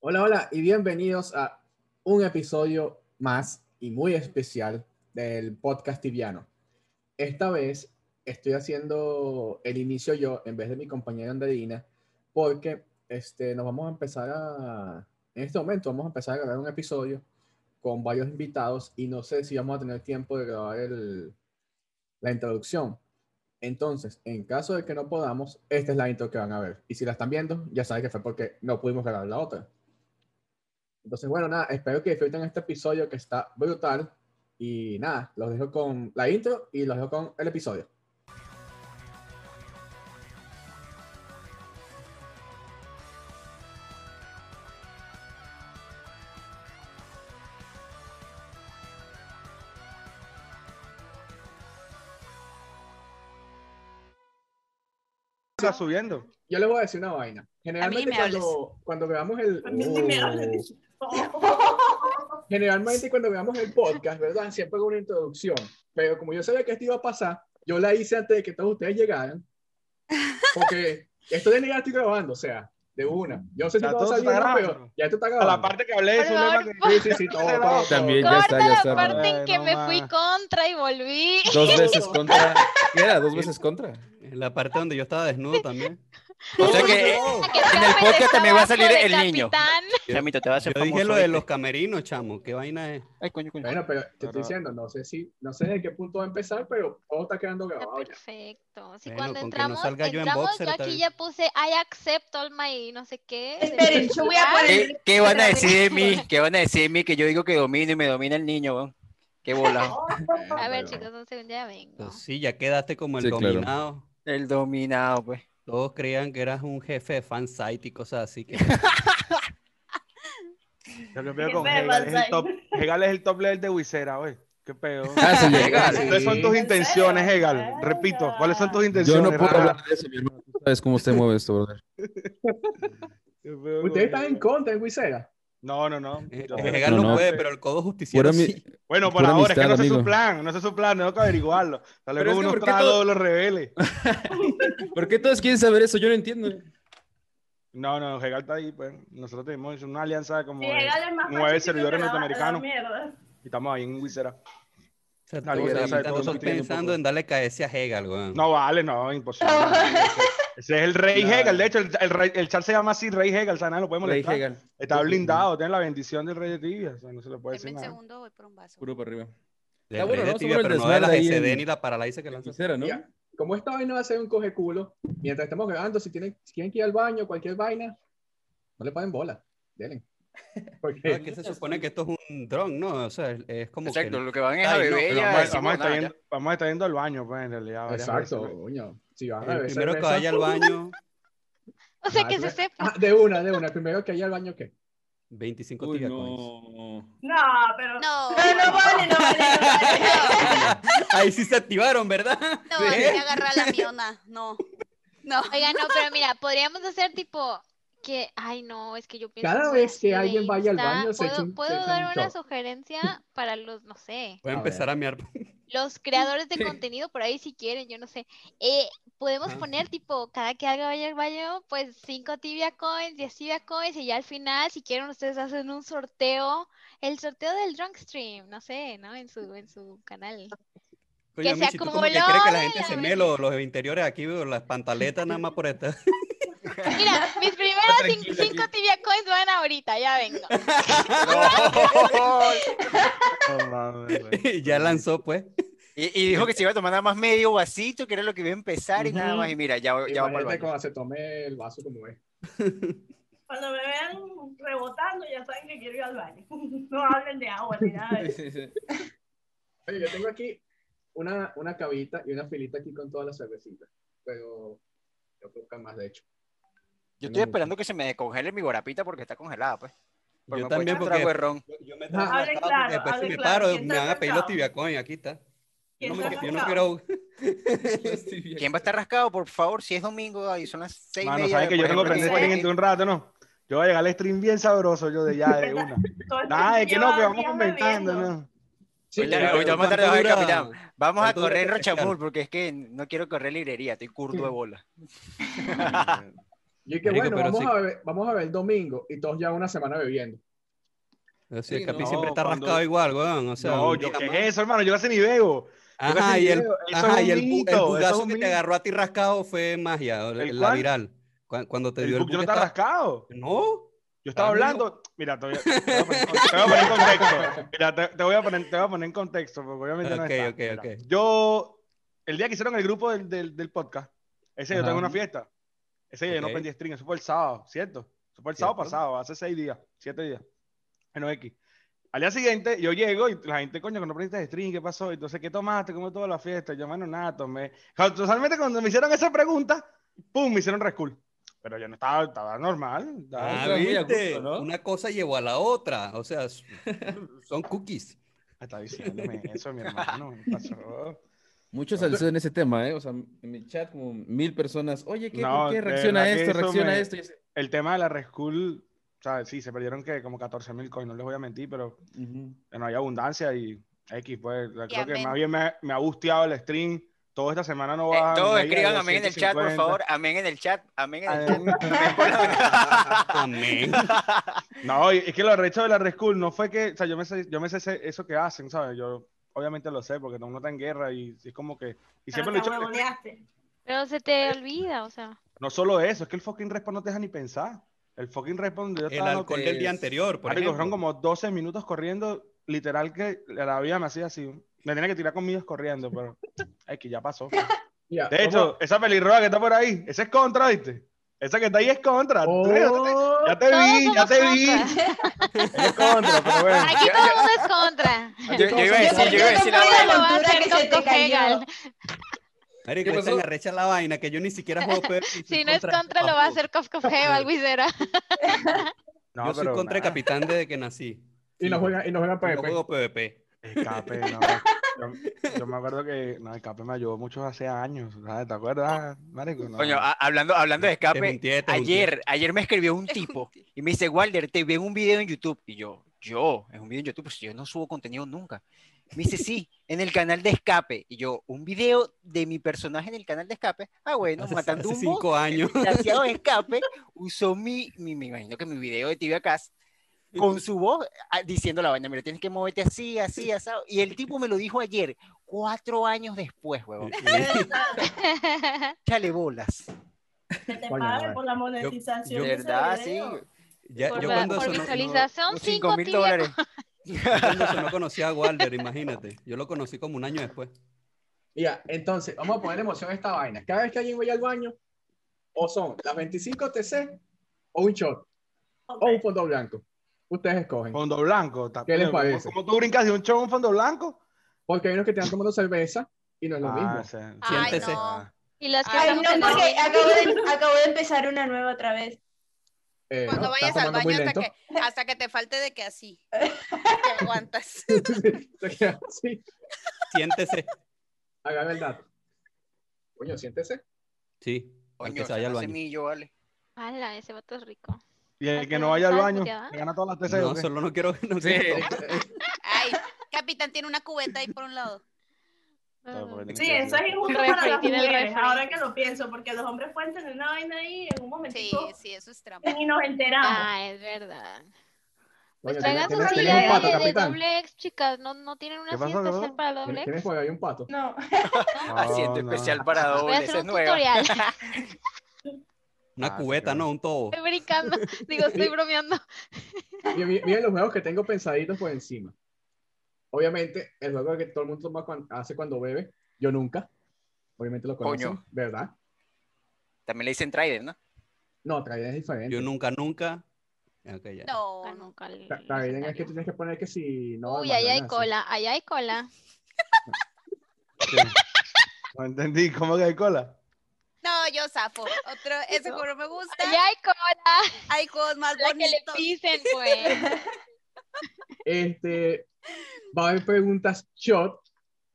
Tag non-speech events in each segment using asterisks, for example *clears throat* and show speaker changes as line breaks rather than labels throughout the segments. Hola, hola y bienvenidos a un episodio más y muy especial del podcast tibiano. Esta vez estoy haciendo el inicio yo en vez de mi compañera Andreina porque este, nos vamos a empezar a, en este momento vamos a empezar a grabar un episodio con varios invitados y no sé si vamos a tener tiempo de grabar el, la introducción. Entonces, en caso de que no podamos, esta es la intro que van a ver. Y si la están viendo, ya saben que fue porque no pudimos grabar la otra. Entonces, bueno, nada, espero que disfruten este episodio que está brutal. Y nada, los dejo con la intro y los dejo con el episodio.
está subiendo.
Yo les voy a decir una vaina. Generalmente
me
cuando, cuando grabamos el... Uh.
A mí ni me hables.
*laughs* Generalmente cuando veamos el podcast, ¿verdad? Siempre hago una introducción. Pero como yo sabía que esto iba a pasar, yo la hice antes de que todos ustedes llegaran.
*laughs*
Porque esto de llegar estoy grabando, o sea, de una. Yo no sé si
Ya
todo
todo
va a
está
salir, ¿no?
grabando.
pero ya esto está
A
grabando.
la parte que hablé de
Por
Zulema
favor,
que-
Sí, sí,
*laughs*
sí, todo, todo, todo.
También ya
Corta
está, ya
la
está.
parte en
Ay,
que
no
me
más.
fui contra y volví.
Dos veces contra. ¿Qué era? Dos veces contra.
En la parte donde yo estaba desnudo también.
O sea
eh,
que
Que
en el
Carmen
podcast
está
también va a
abajo
salir
de
el niño.
capitán.
Chamito, te va a hacer
Yo dije
famoso,
lo de
¿viste?
los camerinos, chamo. ¿Qué vaina es?
Ay, coño, coño.
Bueno, pero te estoy
Pero-
diciendo, no sé si, no sé de qué punto va a empezar, pero todo está quedando
Está
grabado ya.
perfecto. Si
Bueno,
cuando
con que no
entramos,
salga yo en
entramos,
boxer,
yo
está
aquí
bien.
ya puse I accept all my no sé qué.
Esperen, yo voy a poner-
¿Qué, qué van a decir de *laughs* mí? ¿Qué van a decir de mí? Que yo digo que domino y me domina el niño, weón. Qué bola.
Oh,
A ver, chicos, un segundo, ya vengo.
Pues sí, ya quedaste como el
Sí, claro.
dominado.
El dominado, pues.
Todos creían que eras un jefe de fansite y cosas así. Que... eh,
Yo lo veo
Qué
con
feo,
Hegal, es el
Banzai.
top. Hegal es el top level de Wisera, güey. Qué pedo.
*laughs* Ah, sí, ya.
Legal.
¿Cuáles son tus
Sí.
intenciones, Hegal? Repito, ¿cuáles son tus
Yo no
intenciones?
puedo
rara?
hablar de eso, mi hermano. Tú sabes cómo se mueve esto, brother.
Qué pedo con
Ustedes están en
Hegal.
contra en Wisera.
No, no, no.
Eh,
Yo-
Regal no,
No, no.
puede, pero el codo justiciero
Fuera mi-
sí. *laughs*
Bueno, por
Pura
ahora es que
amistad,
no sé su
amigo.
plan, no sé su plan, tengo que averiguarlo. Tal
Pero
vez
es
con
que
unos
¿por qué
tragos
todo-
los revele.
¿Por qué todos quieren saber eso? Yo no entiendo.
No, no, Hegal está ahí, pues. Nosotros tenemos una alianza como
Si
de-
regales más
nueve
pacheco,
servidores
la- la
norteamericanos.
mierda.
y estamos ahí en Wisera.
O sea,
Dale,
todos
ya sabes,
ahorita
todos
están
sostienen un
pensando
poco.
en darle caese a Hegel, weón.
No vale, no, imposible. Ese es el rey
Claro.
Hegel, de hecho, el, el rey- el chat se llama así Rey Hegel, o sea, nada, lo podemos
Rey
molestar.
Hegel.
Está blindado, tiene la bendición del rey de tibia, o sea, no se le puede
pues,
Deme
decir
un
nada.
segundo, voy por un vaso.
Puro para arriba.
Del
Ah, bueno,
Rey de
no,
Tibia,
sobre el
pero no de las
desmadre ahí
SD
en-
ni la paraliza que lanzas.
Quisiera, ¿no?
Ya. Como esta vaina va a ser un coge culo, mientras estamos grabando, si tienen, si quieren que ir al baño, cualquier vaina, no le paren bola.
*laughs*
Delen.
No,
Porque
es que se supone que esto es un dron, ¿no? O sea, es- es como que...
Exacto, lo que van es a
Ay, no,
beber
pero
y a
Vamos, a- vamos
decir,
a
bueno,
estar
nada,
yendo, vamos a estar yendo al baño, pues, en
Ah,
realidad. varias
Exacto,
veces,
coño. Si van a
El
beber
primero que
cerveza-
vaya al baño,
O sea,
Ah,
que
tú
se
ves-
sepa.
Ah, de una, de una. Primero que haya al baño, ¿qué?
25
Uy,
tigas.
no.
No, pero.
No,
No, no vale, no vale. no vale.
*laughs* Ahí sí se activaron, ¿verdad? ¿Eh?
No, a mí me agarra la miona, no. No.
Oiga, no, pero mira, podríamos hacer tipo que, ay, no, es que yo pienso.
Cada
muy
vez que
así de
alguien vaya al
Insta.
baño, se echa
¿Puedo,
un-
puedo
se echa
dar
un
una
shot.
sugerencia para los, no sé,
Voy a
A
empezar a miar.
los creadores de contenido por ahí si quieren, yo no sé. Eh, podemos
Ajá.
poner tipo, cada que alguien vaya al baño, pues cinco tibia coins, 10 tibia coins y ya al final, si quieren, ustedes hacen un sorteo, el sorteo del drunk stream, no sé, ¿no? En su, en su canal.
Coño,
Que se
Michi, tú como que
acumuló
crees que la
de
gente
la
se
vez.
mee los, los interiores aquí, veo las pantaletas nada más por esta. *laughs*
Mira, mis primeras cin- cinco tibia coins van ahorita, ya vengo.
*laughs*
¿no? No mames, güey.
ya lanzó, pues.
*laughs* Y, y dijo que se iba a tomar nada más medio vasito, que era lo que iba a empezar y nada
Ujú.
más. Y mira, ya, ya va para el
Imagínate
baño.
cuando se tome el vaso como es.
Cuando me vean rebotando, ya saben que quiero ir al baño. *laughs* No hablen de agua ni nada. de eso.
Oye, yo tengo aquí una, una cabita y una filita aquí con todas las cervecitas. Pero yo creo que más, de hecho.
Yo estoy esperando que se me descongele mi guarapita porque está congelada, pues. Pero
Yo
me puedo
también,
echar un trago de
porque
ron.
yo, yo me
Ajá.
trago la
Hable
cava
claro,
porque después si
hable
me
claro,
paro,
¿quién
me
está
van a pedir los
rascado?
tibiacoin, aquí está.
¿Quién
No me-
está
yo no
rascado?
quiero...
¿Quién va a estar rascado? Por favor, si es domingo, ahí son las seis y
Mano,
media. pues,
sabes que yo
por
tengo que
ejemplo,
prender
aquí.
stream entre un rato, ¿no? Yo voy a llegar al stream bien sabroso, yo de ya, de una.
Todo el
Nada, es que no, que
día
vamos
anda
comentando,
bebiendo.
¿no?
Sí,
Ahorita-
claro.
ahorita vamos a estar debajo del capitán. Vamos a
¿Cuánto dura
correr en
refrescar?
Rochamur porque es que no quiero correr librería, estoy curdo de bola.
Yo dije,
Marico,
bueno,
pero
vamos,
sí.
a beber, vamos a beber el domingo y todos ya una semana bebiendo.
O sea,
Sí,
el Capi
no,
siempre está
cuando-
rascado igual, weón. O sea,
No,
un
yo
día
qué
más.
es eso, hermano, yo casi ni veo.
Ajá,
casi
y el,
veo. Eso
ajá,
es
y el,
un
bu- el
mito, eso es
bugazo
un
que te
mito.
agarró a ti rascado fue magia, la,
¿El
la
cuál?
viral. Cu- Cuando te
El
dio el
book, yo no
bug
estaba
está-
rascado.
No,
Yo estaba
Ah, no.
hablando. Mira, te voy a, te voy a
*laughs*
poner, te voy a poner en contexto. Mira, te, te voy a poner, te voy a poner en contexto, porque obviamente no
Ok,
está.
ok,
Mira,
ok.
Yo, el día que hicieron el grupo del, del, del podcast, ese día yo
Ajá.
tengo una fiesta. Ese día yo no
Ok.
prendí string, eso fue el sábado, ¿cierto? Eso fue el sábado
Cierto.
pasado, hace seis días, siete días, en OX. Al día siguiente yo llego y la gente, coño, que no prendiste string, ¿qué pasó? Entonces, ¿qué tomaste? ¿Cómo toda la fiesta? Yo, mano, nada, tomé. Totalmente cuando me hicieron esa pregunta, ¡pum! Me hicieron rescool. Pero yo no estaba, estaba normal. estaba
Ah,
está muy a
¿viste?
gusto, ¿no?
Una cosa llevó a la otra. O sea, s- son cookies.
*laughs*
Está diciéndome eso, mi hermano. ¿qué pasó?
*laughs* Muchos salseo en ese tema, ¿eh? O sea, en mi chat como mil personas. Oye, ¿qué?
No,
¿Por qué?
de
Reacciona a
verdad que
esto,
eso
reacciona a
me-
esto. y así.
El tema de la rescool, o sea, sí, se perdieron que como 14 mil coins, no les voy a mentir, pero
Ujú.
no hay abundancia y X, pues, creo que
amén.
más bien me, me ha busteado el stream. Toda esta semana no
Eh,
va
todos escriban amén en el chat, por favor. Amén en el chat. Amén en el chat.
Amén.
*laughs* No, y es que lo recho de la rescool no fue que, o sea, yo me sé, yo me sé ese- eso que hacen, ¿sabes? Yo obviamente lo sé porque uno está en guerra y es como que, y siempre lo he
Ah,
Pero te
dicho, eh,
huevoneaste.
Pero se te olvida, o sea.
no solo eso, es que el fucking respawn no te deja ni pensar. El fucking respawn donde yo
El
estaba no
alcohol
te-
del día anterior, por
Marico, fueron
ejemplo.
como 12 minutos corriendo, literal que la vida me hacía así. Me tenía que tirar conmigo corriendo, *laughs* pero es que ya pasó.
Mira,
De hecho, esa pelirroja que está por ahí, esa es contra, ¿viste? Esa que está ahí es contra.
vamos- ¡Oh!
Ya te vi, ya
Todos somos
te vi.
contra.
Ella es contra, pero bueno.
Aquí todo el mundo es contra.
Yo, yo iba a decir, yo iba a decir la
Todo
vaina.
lo va a
aventura
hacer
que se
con
te cayó.
Hegel.
Marico,
¿Qué
es
pasó?
tan arrecha la vaina que yo ni siquiera
*laughs*
juego peor.
Si no es contra, lo va a hacer Kof Kof Hegel, Wizera.
No,
yo soy
pero
contra
nada.
capitán desde que
*laughs*
nací.
Y nos juegan, y nos juegan
Yo
PvP.
juego
pues,
PvP.
Escape, no. Yo, yo me acuerdo que no, Escape me ayudó mucho hace años. ¿sabes? ¿Te acuerdas, Marico? No.
Coño, a- hablando, hablando de
Te
escape,
junté, te junté.
ayer, ayer me escribió un tipo y me dice, Walter, te vi en un video en YouTube. Y yo, yo, en un video en YouTube, pues yo no subo contenido nunca. Me dice, sí, en el canal de escape. Y yo, un video de mi personaje en el canal de escape.
*laughs*
Ah, bueno,
Hace,
matando
hace
un boss,
cinco
*laughs*
años. *laughs*
desgraciado de escape, usó mi, mi, me imagino que mi video de Tibia Cas con su voz ah, diciendo la vaina, mira, tienes que moverte así, así, así. Y el tipo me lo dijo ayer, cuatro años después, huevón.
*laughs*
Chale bolas.
Que te
Coño,
paguen
madre.
por la
Yo-
monetización.
De
de ese
verdad, sí.
video.
Ya-
Por
yo
la-
cuando
por
sonó,
visualización,
Cinco
5
mil dólares.
*laughs* yo cuando sonó conocía a Walder, imagínate. Yo lo conocí como un año después.
Mira, entonces, vamos a poner emoción a esta vaina. Cada vez que alguien vaya al baño, o son las 25 TC, o un shot, o un fondo blanco. Ustedes escogen.
Fondo blanco. está-
¿Qué les
¿Cómo-
parece?
¿Cómo tú brincas de un show a un fondo blanco? Ah,
Porque hay unos que te están tomando cerveza y no es lo
Ah,
mismo.
sí, sí.
ah,
Ay,
Siéntese.
no.
Y las que
Ay, no,
estamos en el-
porque acabo de, acabo de empezar una nueva otra vez.
Eh,
Cuando
no,
vayas
estás
al
tomando muy
baño hasta
lento.
que, hasta que te falte de que así. Te aguantas.
*laughs* Te quedas así.
Siéntese.
Hágame el dato. Coño, siéntese.
Sí. al
Coño,
que se vaya
esa
al
no
baño.
semillo, vale.
Ala, ese vato es rico.
Y el que
Hasta
no vaya al
estaba
baño,
puteada.
le gana todas las TCs.
No, solo no quiero. No
Sí.
quiero-
Ay, capitán tiene una cubeta ahí por un lado.
Sí, eso es injusto
Refri,
para las
tiene el
mujeres,
refri.
ahora que lo pienso, porque los hombres pueden tener una vaina ahí en un
Sí,
momentito
sí, eso es trampa.
y nos enteramos.
Ah, es verdad.
Coño,
Pues
tienes-
traigan sus
tienes-
su
tienes un
actividades
pato,
de, de
capitán.
doble ex, chicas. No, no tienen una
¿Qué pasó,
así
qué pasó?
especial para doble
Tienes-
ex. *laughs*
Tienes por ahí un pato.
No.
Ah,
Ah,
Haciendo especial para
Voy a
dobles,
hacer
es
un
nueva.
tutorial.
*laughs*
Una
Ah, sí,
cubeta,
claro.
no, un todo.
Estoy brincando. Digo, estoy bromeando.
Y mi- Miren los juegos que tengo pensaditos por encima. Obviamente, el juego que todo el mundo toma cuan- hace cuando bebe, yo nunca. Obviamente lo conocen,
Coño.
¿verdad?
También le dicen Trident, ¿no?
No, Trident es diferente.
Yo nunca, nunca. Ok, ya.
No,
Nunca,
no.
nunca le-
Tra-
le
Trident es que
sacaría.
tú tienes que poner que si no.
Uy,
más
ahí hay
ganas,
cola, ahí hay cola.
No entendí, ¿cómo que hay cola?
No, yo
*laughs*
zafo. Otro, ese
No.
juego me gusta.
Ahí hay cola.
Hay juegos más
La que le
bonitos.
pisen, pues.
sí. Este, va a haber preguntas shot,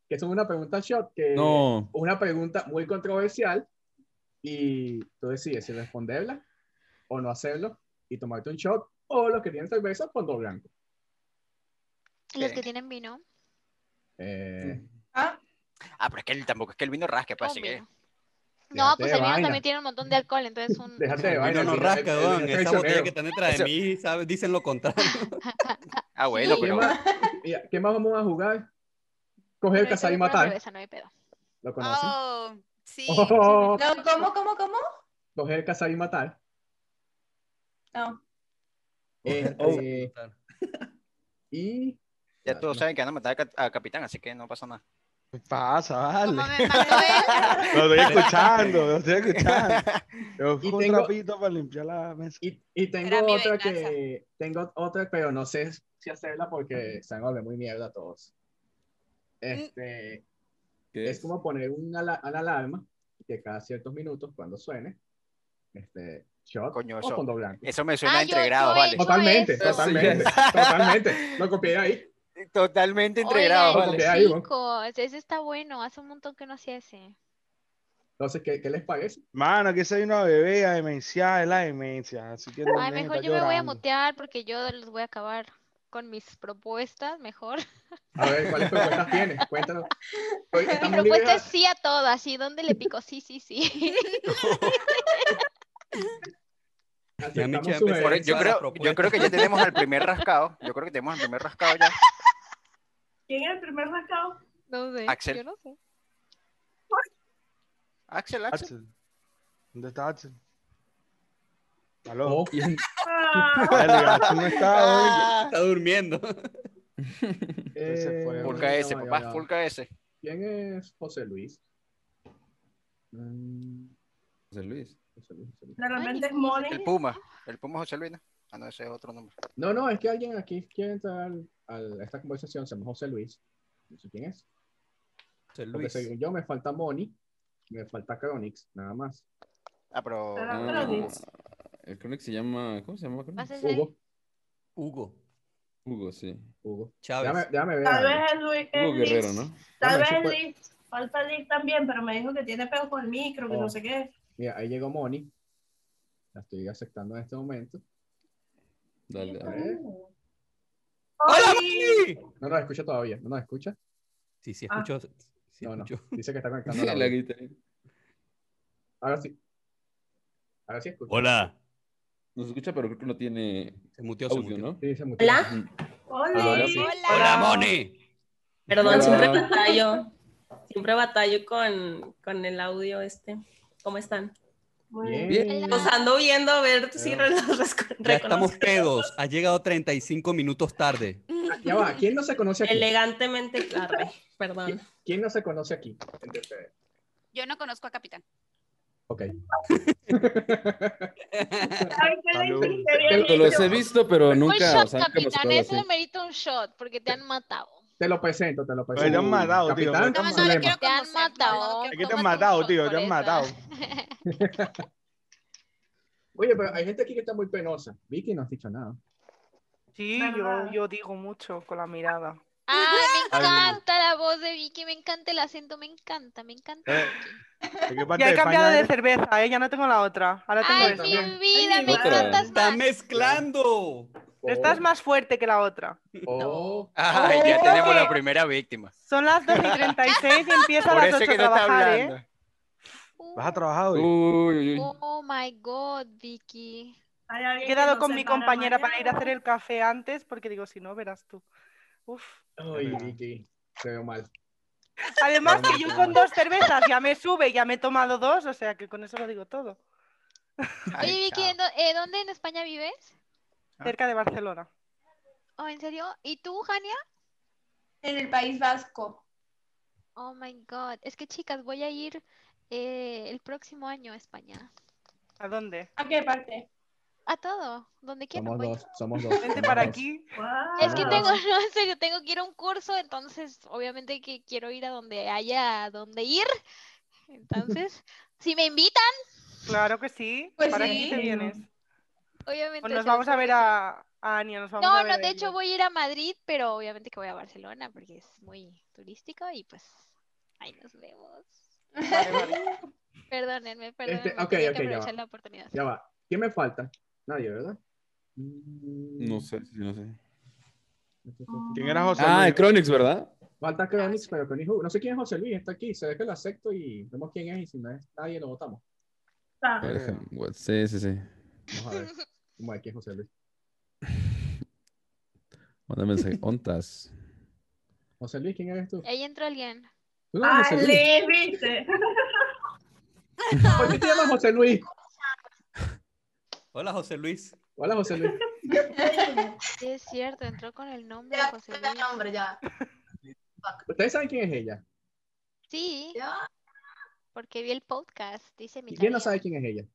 que son una pregunta shot, que
No.
una pregunta muy controversial y tú decides si responderla o no hacerlo y tomarte un shot o los que tienen cerveza, fondo blanco.
Los
Sí.
que tienen vino.
Eh,
Ah,
Ah, pero es que él, tampoco es que el vino rasque, pues, así que...
hombre. No,
Déjate
pues
de
el vino
vaina.
también tiene un montón de alcohol, entonces un...
Déjate de
El
vaina.
vino no
el vino-
rasca,
el vino
weón. Esa
es
botella
traicionero.
que está detrás de mí, ¿sabes? Dicen lo
*laughs*
contrario.
Ah, bueno,
¿Qué
pero
más, mira, ¿qué más vamos a jugar? Coger,
pero
cazar y
también para
matar.
cerveza, no hay pedo.
¿Lo conocen? *laughs*
Oh, sí.
Oh,
No, ¿cómo, cómo, cómo?
coger, cazar y matar.
No.
Este,
oh.
y
ya todos saben que van a matar a Cap- a Capitán, así que no pasa nada.
¿Qué pasa, vale?
Como me
*laughs*
mató él.
Lo estoy escuchando, lo estoy escuchando. Yo busco un
tengo-
trapito para limpiar la mesa.
Y, y
Era
tengo
mi
otra
venganza.
que tengo otra, pero no sé si hacerla porque se van a volver muy mierda a todos. Este,
¿Qué
es como poner una, ala- una alarma que cada ciertos minutos, cuando suene, este, shot
Coño,
o
eso-
fondo blanco.
Eso me suena
Ah, yo-
entregrado,
yo he
vale.
hecho-
Totalmente,
eso.
totalmente, totalmente. Lo copié ahí.
Totalmente
Oigan,
entregrado,
Oigan,
vale.
ok. ahí, bueno.
chicos, ese está bueno, hace un montón que no hacía ese.
Entonces, ¿qué, qué les parece?
Mano, que soy una bebé a demencia, es la demencia. Así que
Ay,
también
mejor
está
yo me voy a
llorando.
mutear porque yo los voy a acabar con mis propuestas,
*laughs*
mejor.
A ver, ¿cuáles propuestas tienes? Cuéntanos. Oye,
Mi
estamos libres
propuesta
a-
es sí a todas, ¿y dónde le pico? Sí, sí, sí. *laughs*
aceptamos
Ya me eché a
sugerencias.
Por- e-,
pensar.
yo,
Esa
creo,
propuesta.
yo creo que ya tenemos al primer rascado. Yo creo que tenemos al primer rascado ya.
¿Quién es el primer
*laughs*
rascado?
No sé,
Axel.
yo no sé.
Axel, Axel.
Axel. ¿Dónde está Axel? Aló.
Oh,
Ah,
Dale, Axel no está. oye.
Está durmiendo.
Ese fue,
eh,
Pulca
ya
S,
va, ya
papá,
va.
pulca S.
¿Quién es José Luis? Mm,
*laughs* José Luis.
José Luis, José Luis.
Normalmente es Money.
El Puma. El Puma José Luis. ¿no? Ah, no, ese es otro nombre.
No, no, es que alguien aquí quiere entrar al- al- a esta conversación, se llama José Luis. No sé quién es.
José
Porque
Luis.
según yo me falta Moni, me falta Cronix, nada más.
Ah, pero.
Ah,
Ah,
pero
el Chronic se llama. ¿Cómo se llama? Chronic?
¿Vas a hacer?
Hugo,
Hugo.
Hugo, sí.
Hugo.
Chávez.
Déjame, déjame ver.
Tal
algo.
vez es Luis.
Hugo
es Liz.
Guerrero, ¿no?
Tal
Dame,
vez
eso
es
fue-
Liz. Falta Liz también, pero me dijo que tiene pedo con el micro, que
Oh.
no sé qué.
Mira, ahí llegó Moni. La estoy aceptando en este momento.
Dale. a ver.
ver.
¡Hola!
No nos escucha todavía, no nos escucha.
Sí, sí,
Ah.
escucho. Sí,
No, no.
escucho.
Dice que está conectando.
*laughs*
el
La
audio.
grita.
Ahora sí. Ahora sí escucha.
Hola.
Nos escucha, pero creo que no tiene
Se muteó, se
audio,
muteó.
¿no?
Sí, se muteó.
Hola.
Ahora
¡Hola!
sí.
Hola,
Hola.
Moni.
Hola.
Perdón, siempre batallo. Siempre batallo con, con el audio este. ¿Cómo están?
Muy
Bien.
bien.
Hola.
Los ando viendo a ver si
Claro.
los reco-
Ya estamos
reconozco.
pedos. Ha llegado 35 minutos tarde.
Ah, Ya va, ¿quién no se conoce aquí?
Elegantemente tarde, perdón.
¿Quién no se conoce aquí? Entre ustedes.
Yo no conozco a Capitán.
Ok.
Ay, qué
Salud.
lindo, qué bien
Lo- Los
hecho.
he visto, pero
Un
nunca.
shot,
O sea, nunca los
Pues, capitán,
puedo
eso
así.
merita un shot porque te han matado.
Te lo presento, te lo
Oye,
presento.
te han matado, tío.
Capitán,
No,
con
no,
su
lo
lema.
quiero
Te han
conocer,
matado.
no, no
Es
quiero
que te
Tómate
han
un
matado,
shot
tío, te
por
han
esa.
matado.
Oye, pero hay gente aquí que está muy penosa. Vicky no has dicho nada.
Sí,
¿Verdad?
yo, yo digo mucho con la mirada.
Ay, me
Ay, no.
encanta la voz de Vicky, me encanta el acento, me encanta, me encanta.
Eh, ¿De qué parte
Ya he cambiado
de España
de
eres?
cerveza, ¿eh? ya no tengo la otra. Ahora tengo
Ay,
Ay,
esta.
mi
también.
vida, me
Otra.
encantas
Está
más.
mezclando.
Oh,
Estás más fuerte que la otra.
oh.
Ay, ya tenemos la primera víctima.
Son las 2 y 36 y empieza a
Por
las
eso
8
que
a
no está
trabajar, ¿eh?
hablando.
¿Vas a trabajar hoy?
Uy, uy, uy.
Uh, Oh my god, Vicky.
Hay alguien
He
que
quedado
no
con
se
mi
para
compañera para ir a
mañana.
hacer el café antes porque digo, si no, verás tú. Uf.
Ay, Vicky, se veo mal.
Además
Claro,
que yo
claro.
con dos cervezas ya me sube, ya me he tomado dos, o sea que con eso lo digo todo.
Ay,
Oye, Vicky,
chao.
¿en do- eh, ¿dónde en España vives?
Ah.
Cerca de Barcelona.
Oh, ¿en serio? ¿Y tú, Jania?
En el País Vasco.
Oh my god. Es que chicas, voy a ir eh, el próximo año a España.
¿A dónde?
¿A qué parte?
A todo, donde quiera
Somos
voy.
dos, somos dos.
Vente
somos
para
dos.
aquí.
Wow.
Es que
Ah.
tengo, *laughs* no, en serio, tengo que ir a un curso, entonces obviamente que quiero ir a donde haya a donde
*laughs*
ir. Entonces, si me invitan,
Claro que sí.
Pues
¿Para
sí.
aquí te vienes?
obviamente.
O Pues nos
se
vamos a ver
organiza.
a, a Ania, nos vamos a
No,
ver
no,
a
de hecho
ella.
voy a ir a Madrid, pero obviamente que voy a Barcelona porque es muy turístico y pues ahí nos vemos.
Vale, vale.
*laughs* Perdónenme, perdónenme.
Este, ok,
tenía
ok,
que
ya va.
aprovechar la oportunidad.
Ya va. ¿Quién me falta? Nadie, ¿verdad? No
Mm, No sé, sí, no sé.
sé.
Mm.
Ah, el Cronix, Ah, ¿verdad?
Falta que vean mis pero que ni ju- No sé quién es José Luis, está aquí. Se ve que lo acepto y vemos quién es y si no es nadie lo votamos.
Ah,
Pareja, what- Sí, sí, sí.
Vamos a ver. Vamos a ver quién es José Luis.
Manda mensaje. Ontas.
José Luis, ¿quién eres tú?
Ahí entró alguien.
Tú no eres José Luis.
Ale, ah,
*laughs*
viste.
¿Por qué te llamas José Luis?
Hola, José Luis.
Hola, José Luis.
Sí, es cierto, entró con el nombre de José Luis.
ya.
Ustedes saben quién es ella.
Sí. Porque vi el podcast, dice mi
¿Y quién no
tarea.
sabe quién es ella?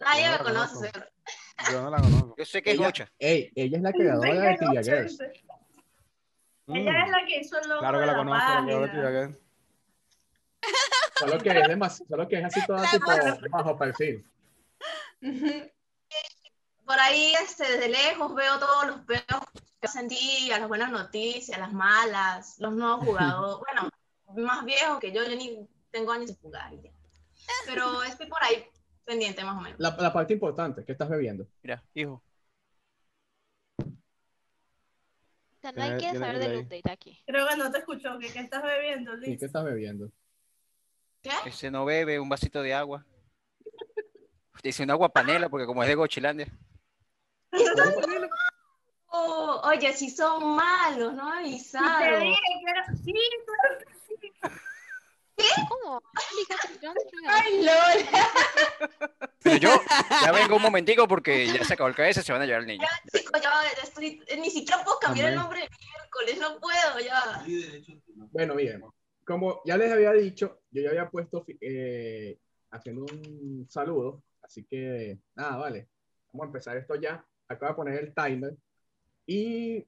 Nadie
me
me
conoce,
conoce.
¿eh?
Yo no la conozco.
Yo sé que es
Ella-
gocha.
Ey, ella es la creadora de Mm. Tibia Girls.
Ella es la que hizo el logo
Claro que
de
la
la,
conozco. la
página.
verdad, tío, que-
Solo que es demasiado, solo que es así toda tipo bajo perfil.
Por ahí, este, desde lejos veo todos los peos que hacen día, las buenas noticias, las malas, los
*laughs*
nuevos jugadores. bueno, más viejos que yo, yo ni tengo años de jugar. ya. Pero estoy por ahí pendiente, más o menos.
La, la parte importante, ¿qué estás bebiendo?
Mira, hijo.
O sea, nadie
Tiene-
quiere
tiene
saber
que
del
leer.
update aquí.
Creo que no te escuchó, que qué estás bebiendo,
¿Y
Liz.
qué estás bebiendo?
Ese no bebe un vasito de agua. Dice un agua panela, porque como es de Gochilandia.
Oh, oye, si son malos, no
Te
avisaron.
dije que era... Sí, claro que sí.
¿Cómo?
Ay, Lola.
Pero yo ya vengo un momentico porque ya se acabó el cabeza, se van a llevar al niño.
Chicos, *laughs* ya ya estoy, ni siquiera puedo cambiar el
Amén.
nombre de miércoles, no puedo ya.
Bueno, miren, como ya les había dicho, yo ya había puesto fi- eh, haciendo un saludo, así que nada, vale. Vamos a empezar esto ya. Acabo de poner el timer y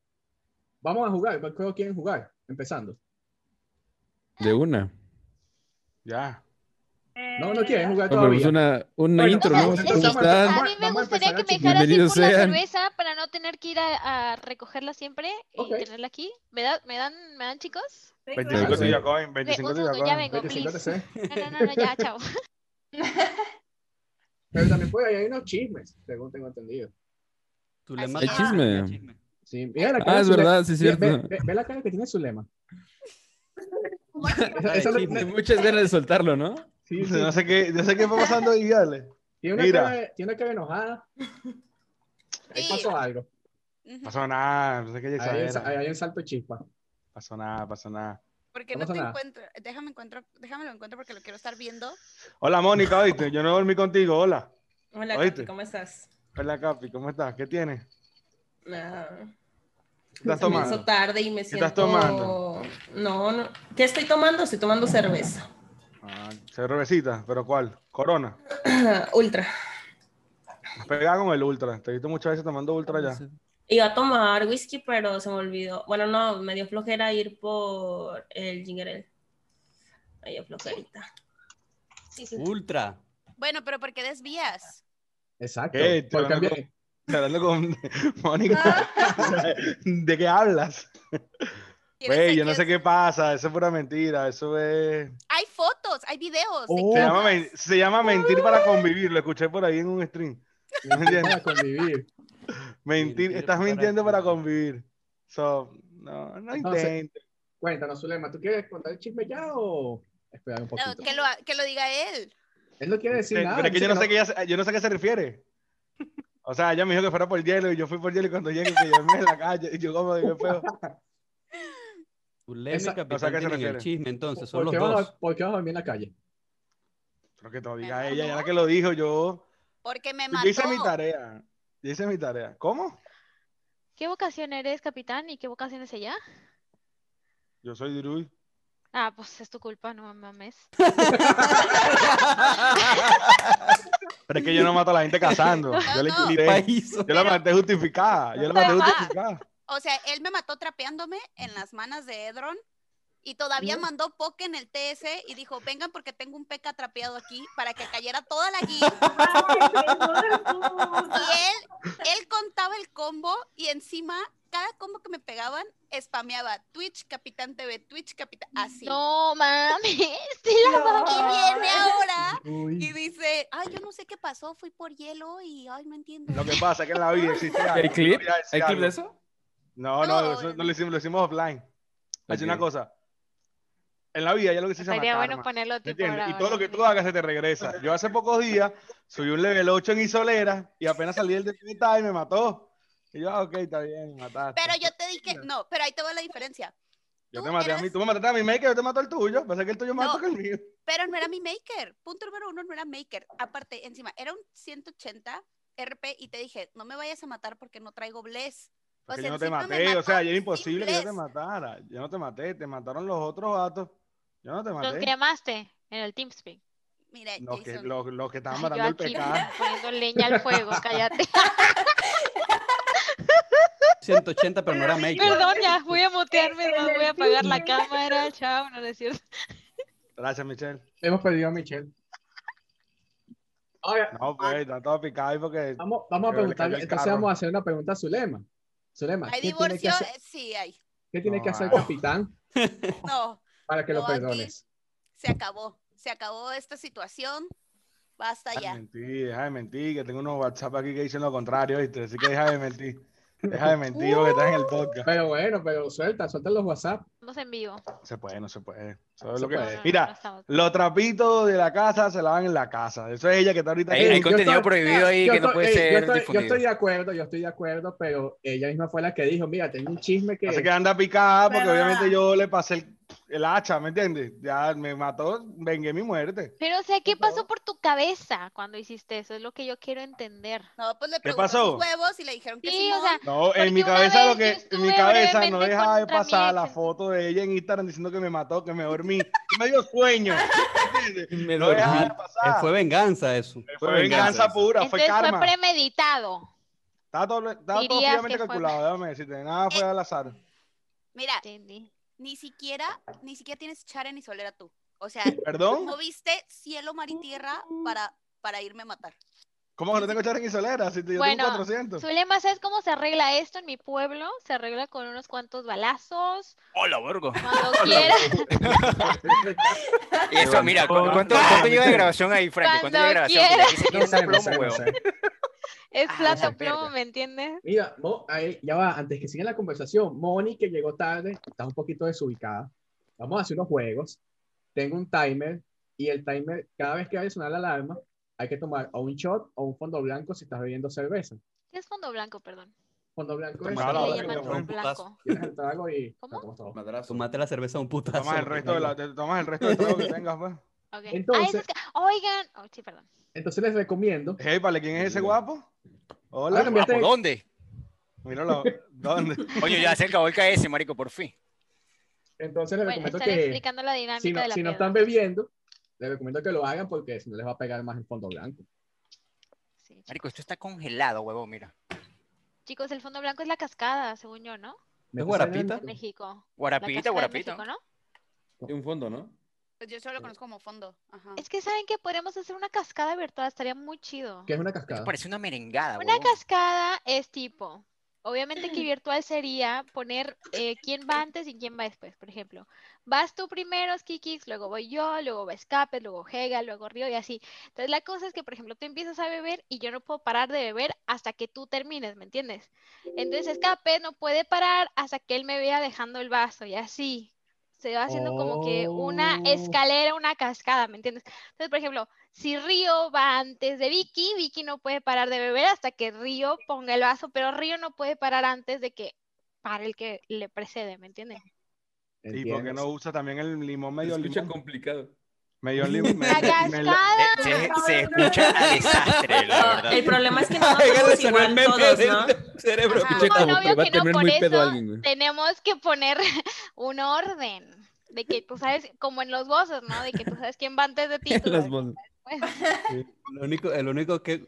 vamos a jugar. ¿Cuál juego quieren jugar? Empezando.
De una.
Ya.
Eh,
No, no quieren jugar
No, pero es
todavía.
pues, una, una
Bueno,
intro, ¿no?
vamos,
¿Cómo
empezamos,
están?
empezamos.
A mí me
Vamos a
gustaría
empezar
que
a
me
chismear.
dejaras ir por
Bienvenidos
la
sean.
cerveza para no tener que ir a, a recogerla siempre y tenerla aquí. ¿Me, da- me dan, ¿Me dan, chicos?
Sí,
25
Sí.
tío, coin,
Ve,
25
un
tío,
segundo, ya
coin.
vengo,
25
please.
TC.
No, no, no, no, ya,
*laughs*
chao.
Pero también puede haber unos chismes, según tengo entendido.
Tu
Así
lema
Hay
de-
chisme.
Sí, mira la
Ah,
cara de
es
Zulema.
verdad, sí, es
Ve-
cierto.
Ve, ve- ve la cara que tiene Zulema.
de
Esa-
chisme.
Hay *laughs* muchas ganas de soltarlo, ¿no?
sí, sí.
No *laughs* sé qué, no sé qué fue pasando ahí, dale.
Tiene una,
Mira.
cara, de- tiene una cara enojada. Ahí pasó algo.
Ujú.
Pasó nada, no sé qué ya
Ahí hay, un sa- ahí
exagera.
hay un salto de chispa.
Pasó nada, pasó nada.
Porque
no
no te
pasa nada.
encuentro. Déjame encuentro, déjame lo encuentro porque lo quiero estar viendo.
Hola, Mónica, oíste, yo no dormí contigo, hola.
Hola,
¿Oíste?
Capi, ¿cómo estás?
Hola, Capi, ¿cómo estás? ¿Qué tienes?
Nada.
¿Qué estás
Se me hizo
tomando?
tarde y me siento...
estás tomando?
No, no. ¿Qué estoy tomando? Estoy tomando cerveza. *clears throat*
Ah, cervecita, ¿pero cuál? Corona.
Ultra.
Pegada con el Ultra. Te he visto muchas veces tomando Ultra ya.
Iba a tomar whisky, pero se me olvidó. Bueno, no, me dio flojera ir por el ginger ale. Me dio
*laughs*
flojerita.
Sí, sí.
Ultra.
Bueno, pero ¿por qué desvías?
Exacto.
¿Qué?
Por
Te van a
cambiar-
*laughs* Hablando con *laughs* Mónica. *laughs* ¿De qué hablas?
¿Quieres
Güey,
ser
yo no sé
quien-
qué pasa. Eso es pura mentira. Eso es...
Hay fotos, hay videos. de
Oh.
Se
quién
llama,
hablas.
men- se llama mentir para convivir. Lo escuché por ahí en un stream. ¿Me
*laughs*
entiendes?
para convivir.
Mentir.
Mentir
Estás
para
mintiendo para
convivir.
convivir. So, no, no
Entonces-
intentes.
Cuéntanos, Zulema, ¿tú quieres contar el chisme ya o esperar un
No,
poquito?
que, lo, que lo diga él.
Él no quiere decir
Eh,
nada.
pero es que
dice
yo no, sé qué ella- yo no sé a qué se refiere. O sea, ella me dijo que fuera por hielo y yo fui por hielo y cuando llegué, que yo me en la calle y yo como digo, feo.
Tu lema
Esa-
y capitán
o sea, ¿a qué se
tienen el
refiere?
chisme, entonces. Son
¿Por
los
qué, vas
dos.
a, ¿Por qué vas a dormir en la calle?
Pero que te lo diga
Pero
ella, ya
no.
la que lo dijo yo.
Porque me mató.
Yo hice mi tarea. Yo hice mi tarea. ¿Cómo?
¿Qué vocación eres, capitán? ¿Y qué vocación es ella?
Yo soy Dirui.
Ah, pues es tu culpa, no mames.
Pero es que
*laughs*
yo no mato a la gente cazando. yo
No,
le
no.
*laughs*
inculté.
País.
Yo la maté justificada. Yo la maté
Ajá.
justificada.
O sea, él me mató trapeándome en las manos de Edron y
Mm.
todavía mandó Poke en el TS y dijo, vengan porque tengo un peca trapeado aquí para que cayera toda la guía. Y él, él contaba el combo y encima cada combo que me pegaban spameaba Twitch Capitán TV, Twitch Capitán, así.
No mames, *laughs* te la
Y
mamé.
viene ahora
Uy.
y dice, ay, yo no sé qué pasó, fui por hielo y, ay, no entiendo.
Lo que pasa es que
*laughs*
en la vida existe algo.
¿Hay clip?
Voy a decir
¿Hay clip
algo.
de eso?
No, no,
No.
eso no lo hicimos, lo hicimos offline. Así una cosa. En la vida ya lo que se llama
Sería bueno
karma.
ponerlo
¿Me
tipo
entiendes?
ahora.
Y todo lo que tú hagas se te regresa. Yo hace pocos días subí un level 8 en Isolera y apenas salí del de y me mató. Y yo, ah, ok, está bien, me mataste.
Pero yo te dije, no, pero ahí te va la diferencia.
yo te maté a mí, tú me mataste a mi maker, yo te mato al tuyo. Pasa que el tuyo me mató que el mío.
Pero no era mi maker. Punto número uno, no era maker. Aparte, encima, era un 180 RP y te dije, no me vayas a matar porque no traigo bless. O
Porque
sea,
yo no te
encima me
maté, o
mató
sea, y
sin
era imposible que yo te
bless.
matara. Yo no te maté, te mataron los otros gatos. Yo no te
Los que
maté.
llamaste en el TeamSpeak.
Mira,
Los que,
Jason,
los, los que estaban
Ay, *laughs*
matando
yo
el
aquí
pecado.
poniendo leña al fuego, *laughs* cállate.
180, pero no era maker.
Perdón, ya, voy a mutearme, no, voy a apagar la cámara, chao, no, no es cierto.
Gracias, Michelle.
Hemos perdido a Michelle.
No, pues, está todo picado ahí porque.
Vamos, Vamos a preguntarle, entonces vamos a hacer una pregunta a Zulema. Zulema,
hay
¿qué tiene que
divorcio,
hacer,
eh, sí, hay.
qué tiene
No,
que hacer el
vale.
capitán
No,
para que lo
No, aquí-
perdones?
se acabó. Se acabó esta situación. Basta ya.
mentir, deja de mentir, que tengo unos WhatsApp aquí que dicen lo contrario, ¿viste? Así que deja de mentir. Deja de mentir porque estás en el podcast.
Pero bueno, pero suelta, suelta los WhatsApp.
Estamos en vivo.
Se puede, no se puede. Eso es
Se
lo que-
puede.
Mira,
No estamos.
los trapitos de la casa se lavan en la casa. Eso es ella que está ahorita.
Hay,
aquí.
hay
yo
contenido
estoy-
prohibido ahí
Yo
que no
estoy-
puede
ey, yo
ser
estoy- yo
difundido.
estoy de acuerdo, yo estoy de acuerdo, pero ella misma fue la que dijo, mira, tengo un chisme que...
Así que anda picada porque
Pero-
obviamente yo le pasé el, el hacha, ¿me entiendes? Ya me mató, vengué mi muerte.
Pero, o sea, ¿qué pasó por tu cabeza cuando hiciste eso? Es lo que yo quiero entender.
No, pues le
¿Qué
preguntó
pasó?
sus huevos y le dijeron que
Sí, o
Simón.
sea,
No,
Porque
en mi
una
cabeza
vez
lo que
yo
en mi
estuve
cabeza no
brevemente
dejaba de
contra mi
pasar la
ex.
foto de ella en Instagram diciendo que me mató, que me dormí. me dio
*laughs*
sueño. ¿me entiendes?
Me
No dejaba
dormí.
de pasar.
Eh, Fue venganza eso.
Fue venganza
eso.
pura, fue
Entonces
karma.
fue premeditado.
Estaba todo, estaba todo
Dirías
fríamente
que fue- Eh,
calculado, déjame decirte. Nada fue al azar.
Mira,
Entendí.
ni siquiera, ni siquiera tienes chara ni solera tú. O sea,
*laughs*
¿Perdón?
moviste cielo, mar y tierra para, para irme a matar.
¿Cómo que no tengo charla solera? Si te- yo
Bueno,
tengo 400.
Zulema, ¿sabes cómo se arregla esto en mi pueblo? Se arregla con unos cuantos
*laughs*
balazos,
Hola, vergo.
cuando quieras,
Y eso, mira, ¿cu- ¿cuánto, cuánto lleva de grabación ahí, Frankie? ¿Cuánto lleva de
Cuando
grabación?
quieras.
Porque aquí se
No
piensa
sé, no
plomo,
sé, no
huevón.
sé.
es
Ah,
plata
no,
plomo,
verga.
¿me entiendes?
Mira, Mo- ahí, ya va, antes que siga la conversación, Moni que llegó tarde, está un poquito desubicada. Vamos a hacer unos juegos. Tengo un timer y el timer, cada vez que vaya a sonar la alarma, hay que tomar o un shot o un fondo blanco si estás bebiendo cerveza.
¿Qué es fondo blanco, perdón?
Fondo blanco es...
Tomar Ah, la
¿Qué le
verga,
llaman
bueno.
fondo blanco?
Tienes el trago y...
*laughs* ¿Cómo?
lo tomas todo.
Madrazo.
Tomate la cerveza a un putazo.
Tomas el resto de la, te tomas el resto de trago que tengas, pues.
Ok. Ah,
Entonces-
eso es que- Oigan, oh, sí, perdón.
Entonces les recomiendo...
Hey, vale, ¿quién es ese guapo?
Ah,
Hola.
cambiaste-
Guapo, ¿Dónde?
Míralo. ¿Dónde?
Oye, ya se acabó el KS, marico, por fin.
Entonces les
Bueno,
recomiendo
están
que...
explicando la
si
dinámica
no,
de la
si no
piedra.
están bebiendo, les recomiendo que lo hagan porque si no les va a pegar más el fondo blanco.
Sí, chicos.
Marico, esto está congelado, huevón, mira.
Chicos, el fondo blanco es la cascada, según yo, ¿no?
¿Me
¿Es guarapita?
En México. La
Guarapita,
cascada en
guarapita.
México, ¿no?
Y un fondo, ¿no?
Pues yo solo lo conozco como fondo. Ajá.
Es que saben que podríamos hacer una cascada virtual, estaría muy chido.
¿Qué es una
Esto
cascada?
parece una merengada,
Una
huevón.
cascada es tipo, obviamente que virtual sería poner eh, quién va antes y quién va después, por ejemplo. Vas tú primero, Kikix, luego voy yo, luego va Escape, luego Hega, luego Río y así. Entonces la cosa es que, por ejemplo, tú empiezas a beber y yo no puedo parar de beber hasta que tú termines, ¿me entiendes? Entonces Escape no puede parar hasta que él me vea dejando el vaso y así. Se va haciendo como que una
Oh.
escalera, una cascada, ¿me entiendes? Entonces, por ejemplo, si Río va antes de Vicky, Vicky no puede parar de beber hasta que Río ponga el vaso, pero Río no puede parar antes de que pare el que le precede, ¿me entiendes?
Y porque
¿Entiendes?
no usa también el limón
Se
medio
escucha
limón.
complicado.
Medio
*laughs*
limón.
La
eh,
cascada,
Se, se- se escucha a desastre, la
No,
verdad.
el problema es
*laughs*
que no nos somos igual todos, ¿no?
cerebro.
Ajá.
Escuché
Como
como
novio
que va a
que no,
tener
por
muy pedo
eso
alguien, güey.
tenemos que poner *laughs* un orden. De que tú sabes, como en los bozos, ¿no? De que tú sabes quién va antes de ti. tú
*laughs* Las
sabes
mon-
quién va después.
Sí, Lo único, el único que,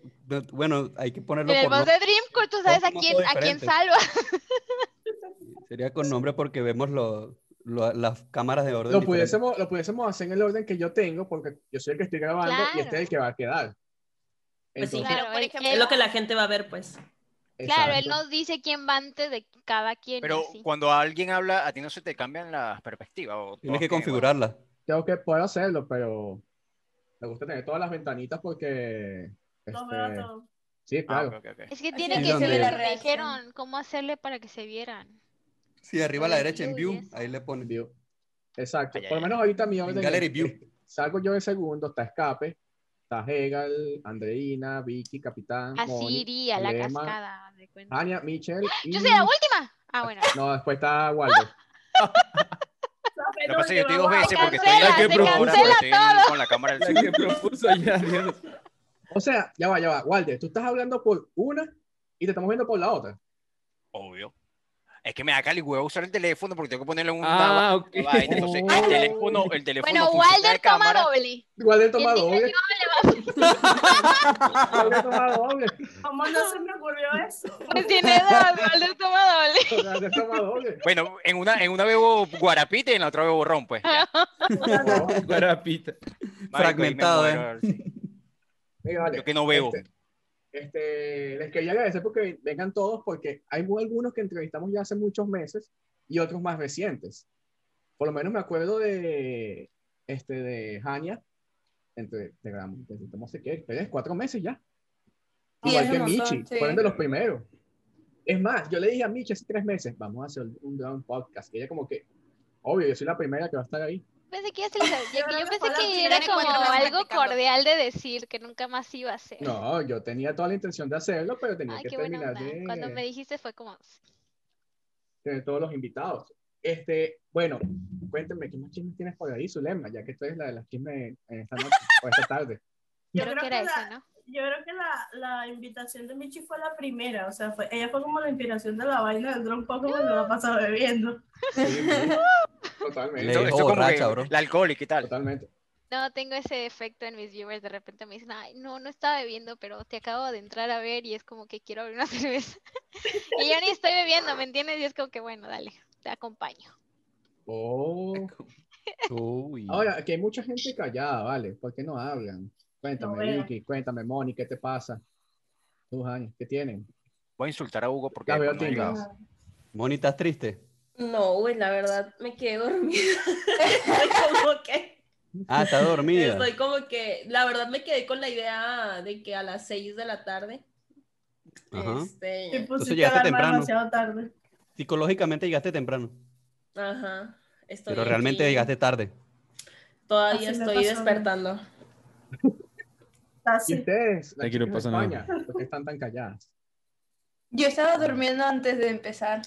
bueno, hay que ponerlo
en el voz
por nombre.
de Dreamcore tú sabes a
somos
quién,
todos
a quién
diferentes.
salva.
Sería con nombre porque vemos lo- lo- las cámaras de orden.
Lo
diferentes.
pudiésemos, lo pudiésemos hacer en el orden que yo tengo, porque yo soy el que estoy grabando y este es el que va a quedar.
Pues sí,
Entonces,
Pero, por
él-
ejemplo,
Es
él-
lo que la gente va a ver, pues.
claro, él
exacto.
nos dice quién va antes de cada quien. y
Pero
así.
cuando alguien habla, a ti no se te cambian las perspectivas. o
Tienes
todos
que
quedan igual.
configurarla.
Tengo que poder hacerlo, pero me gusta tener todas las ventanitas porque.
Los
este,
veo a todos.
sí,
Ah,
claro.
ok, ok, ok.
Es que
Así
tiene
es
que ser
donde-
lo que me
Reacción.
dijeron, cómo hacerle para que se vieran.
Sí, arriba a la derecha en View, ahí le pones.
Exacto. Por lo menos ahorita mi orden.
Gallery
es- Salgo yo de segundo, está Escape, está Hegel, Andreina, Vicky, Capitán.
Así
Moni,
iría la
Lema,
cascada. haz de cuenta.
Ania, Michelle.
Yo
y-
soy la última. Ah, bueno.
No, después está Waldo.
Lo que pasa es que yo estoy dos
Se
veces porque
cancela,
estoy,
se
en la cámara,
cancela
estoy en- con la
*laughs*
cámara del sur.
O sea, ya va, ya va. Walder, tú estás hablando por una y te estamos viendo por la otra.
Obvio. Es que me da cali huevo usar el teléfono porque tengo que ponerle un
Ah,
ah,
ok. *laughs*
Entonces, el teléfono, el teléfono
Bueno,
funciona de
Walder toma
cámara.
doble.
Walder
toma doble.
Walder toma doble.
¿Cómo no se me ocurrió eso?
*laughs* Pues tiene dos, Walder toma doble.
Walder
*laughs*
toma doble.
Bueno, en una, en una bebo guarapita y en la otra bebo
*laughs*
ron, pues.
Guarapita.
Fragmentado,
Mira, eh. vale,
Yo que no veo.
Este, les quería agradecer porque vengan todos, porque hay muy- algunos que entrevistamos ya hace muchos meses y otros más recientes. Por lo menos me acuerdo de, este, de Hania, entre, de, gran- de- no sé qué, tres, cuatro meses ya.
Sí,
Igual
es
que
un montón,
Michi,
sí.
fueron de los primeros. Es más, yo le dije a Michi hace tres meses, vamos a hacer un gran podcast. Y ella como que, obvio, yo soy la primera que va a estar ahí.
Pensé que ya se les había- Yo pensé
la
que
primera
era
de
como
cuatro meses
algo
practicando.
cordial de decir que nunca más iba a ser.
No, yo tenía toda la intención de hacerlo, pero tenía
Ay,
que
qué buena
terminar
onda.
de...
Cuando me dijiste fue como.
de todos los invitados. Este, bueno, cuéntame, ¿qué más chismes tienes por ahí, Zulema? Ya que tú eres la de las chismes en esta noche o esta tarde.
Yo creo que, la, yo creo que la, la invitación de Michi fue la primera, o sea, fue, ella fue como la inspiración de la vaina del dron poco cuando la pasaba bebiendo.
Totalmente.
Esto, esto como que la alcohólica y tal.
Totalmente.
No, tengo ese defecto en mis viewers. De repente me dicen, ay, no, no estaba bebiendo, pero te acabo de entrar a ver y es como que quiero abrir una *laughs* cerveza. y yo ni estoy bebiendo, ¿me entiendes? Y es como que, bueno, dale, te acompaño.
Oh. Ahora, que hay mucha gente callada, ¿vale? ¿Por qué no hablan? Cuéntame,
No, bueno.
Vicky, cuéntame, Moni, ¿qué te pasa? Tus años, ¿qué tienen?
Voy a insultar a Hugo porque
Ya veo
no ha
tinga.
llegado.
Moni, ¿estás triste?
No, uy, la verdad, me quedé dormida. *laughs* Estoy como que,
Ah, está
*laughs*
dormida.
estoy como que, la verdad me quedé con la idea de que a las 6 de la tarde.
Ajá.
Este,
Entonces llegaste temprano.
tarde.
Psicológicamente llegaste temprano,
pues.
Ajá. Estoy
pero realmente
aquí.
llegaste tarde.
Todavía
Así me
estoy
pasó,
despertando.
Ah,
¿Y ustedes? Las
Aquí no
chicas de
pasa nada.
España, ¿por qué están tan calladas?
Yo estaba durmiendo antes de empezar.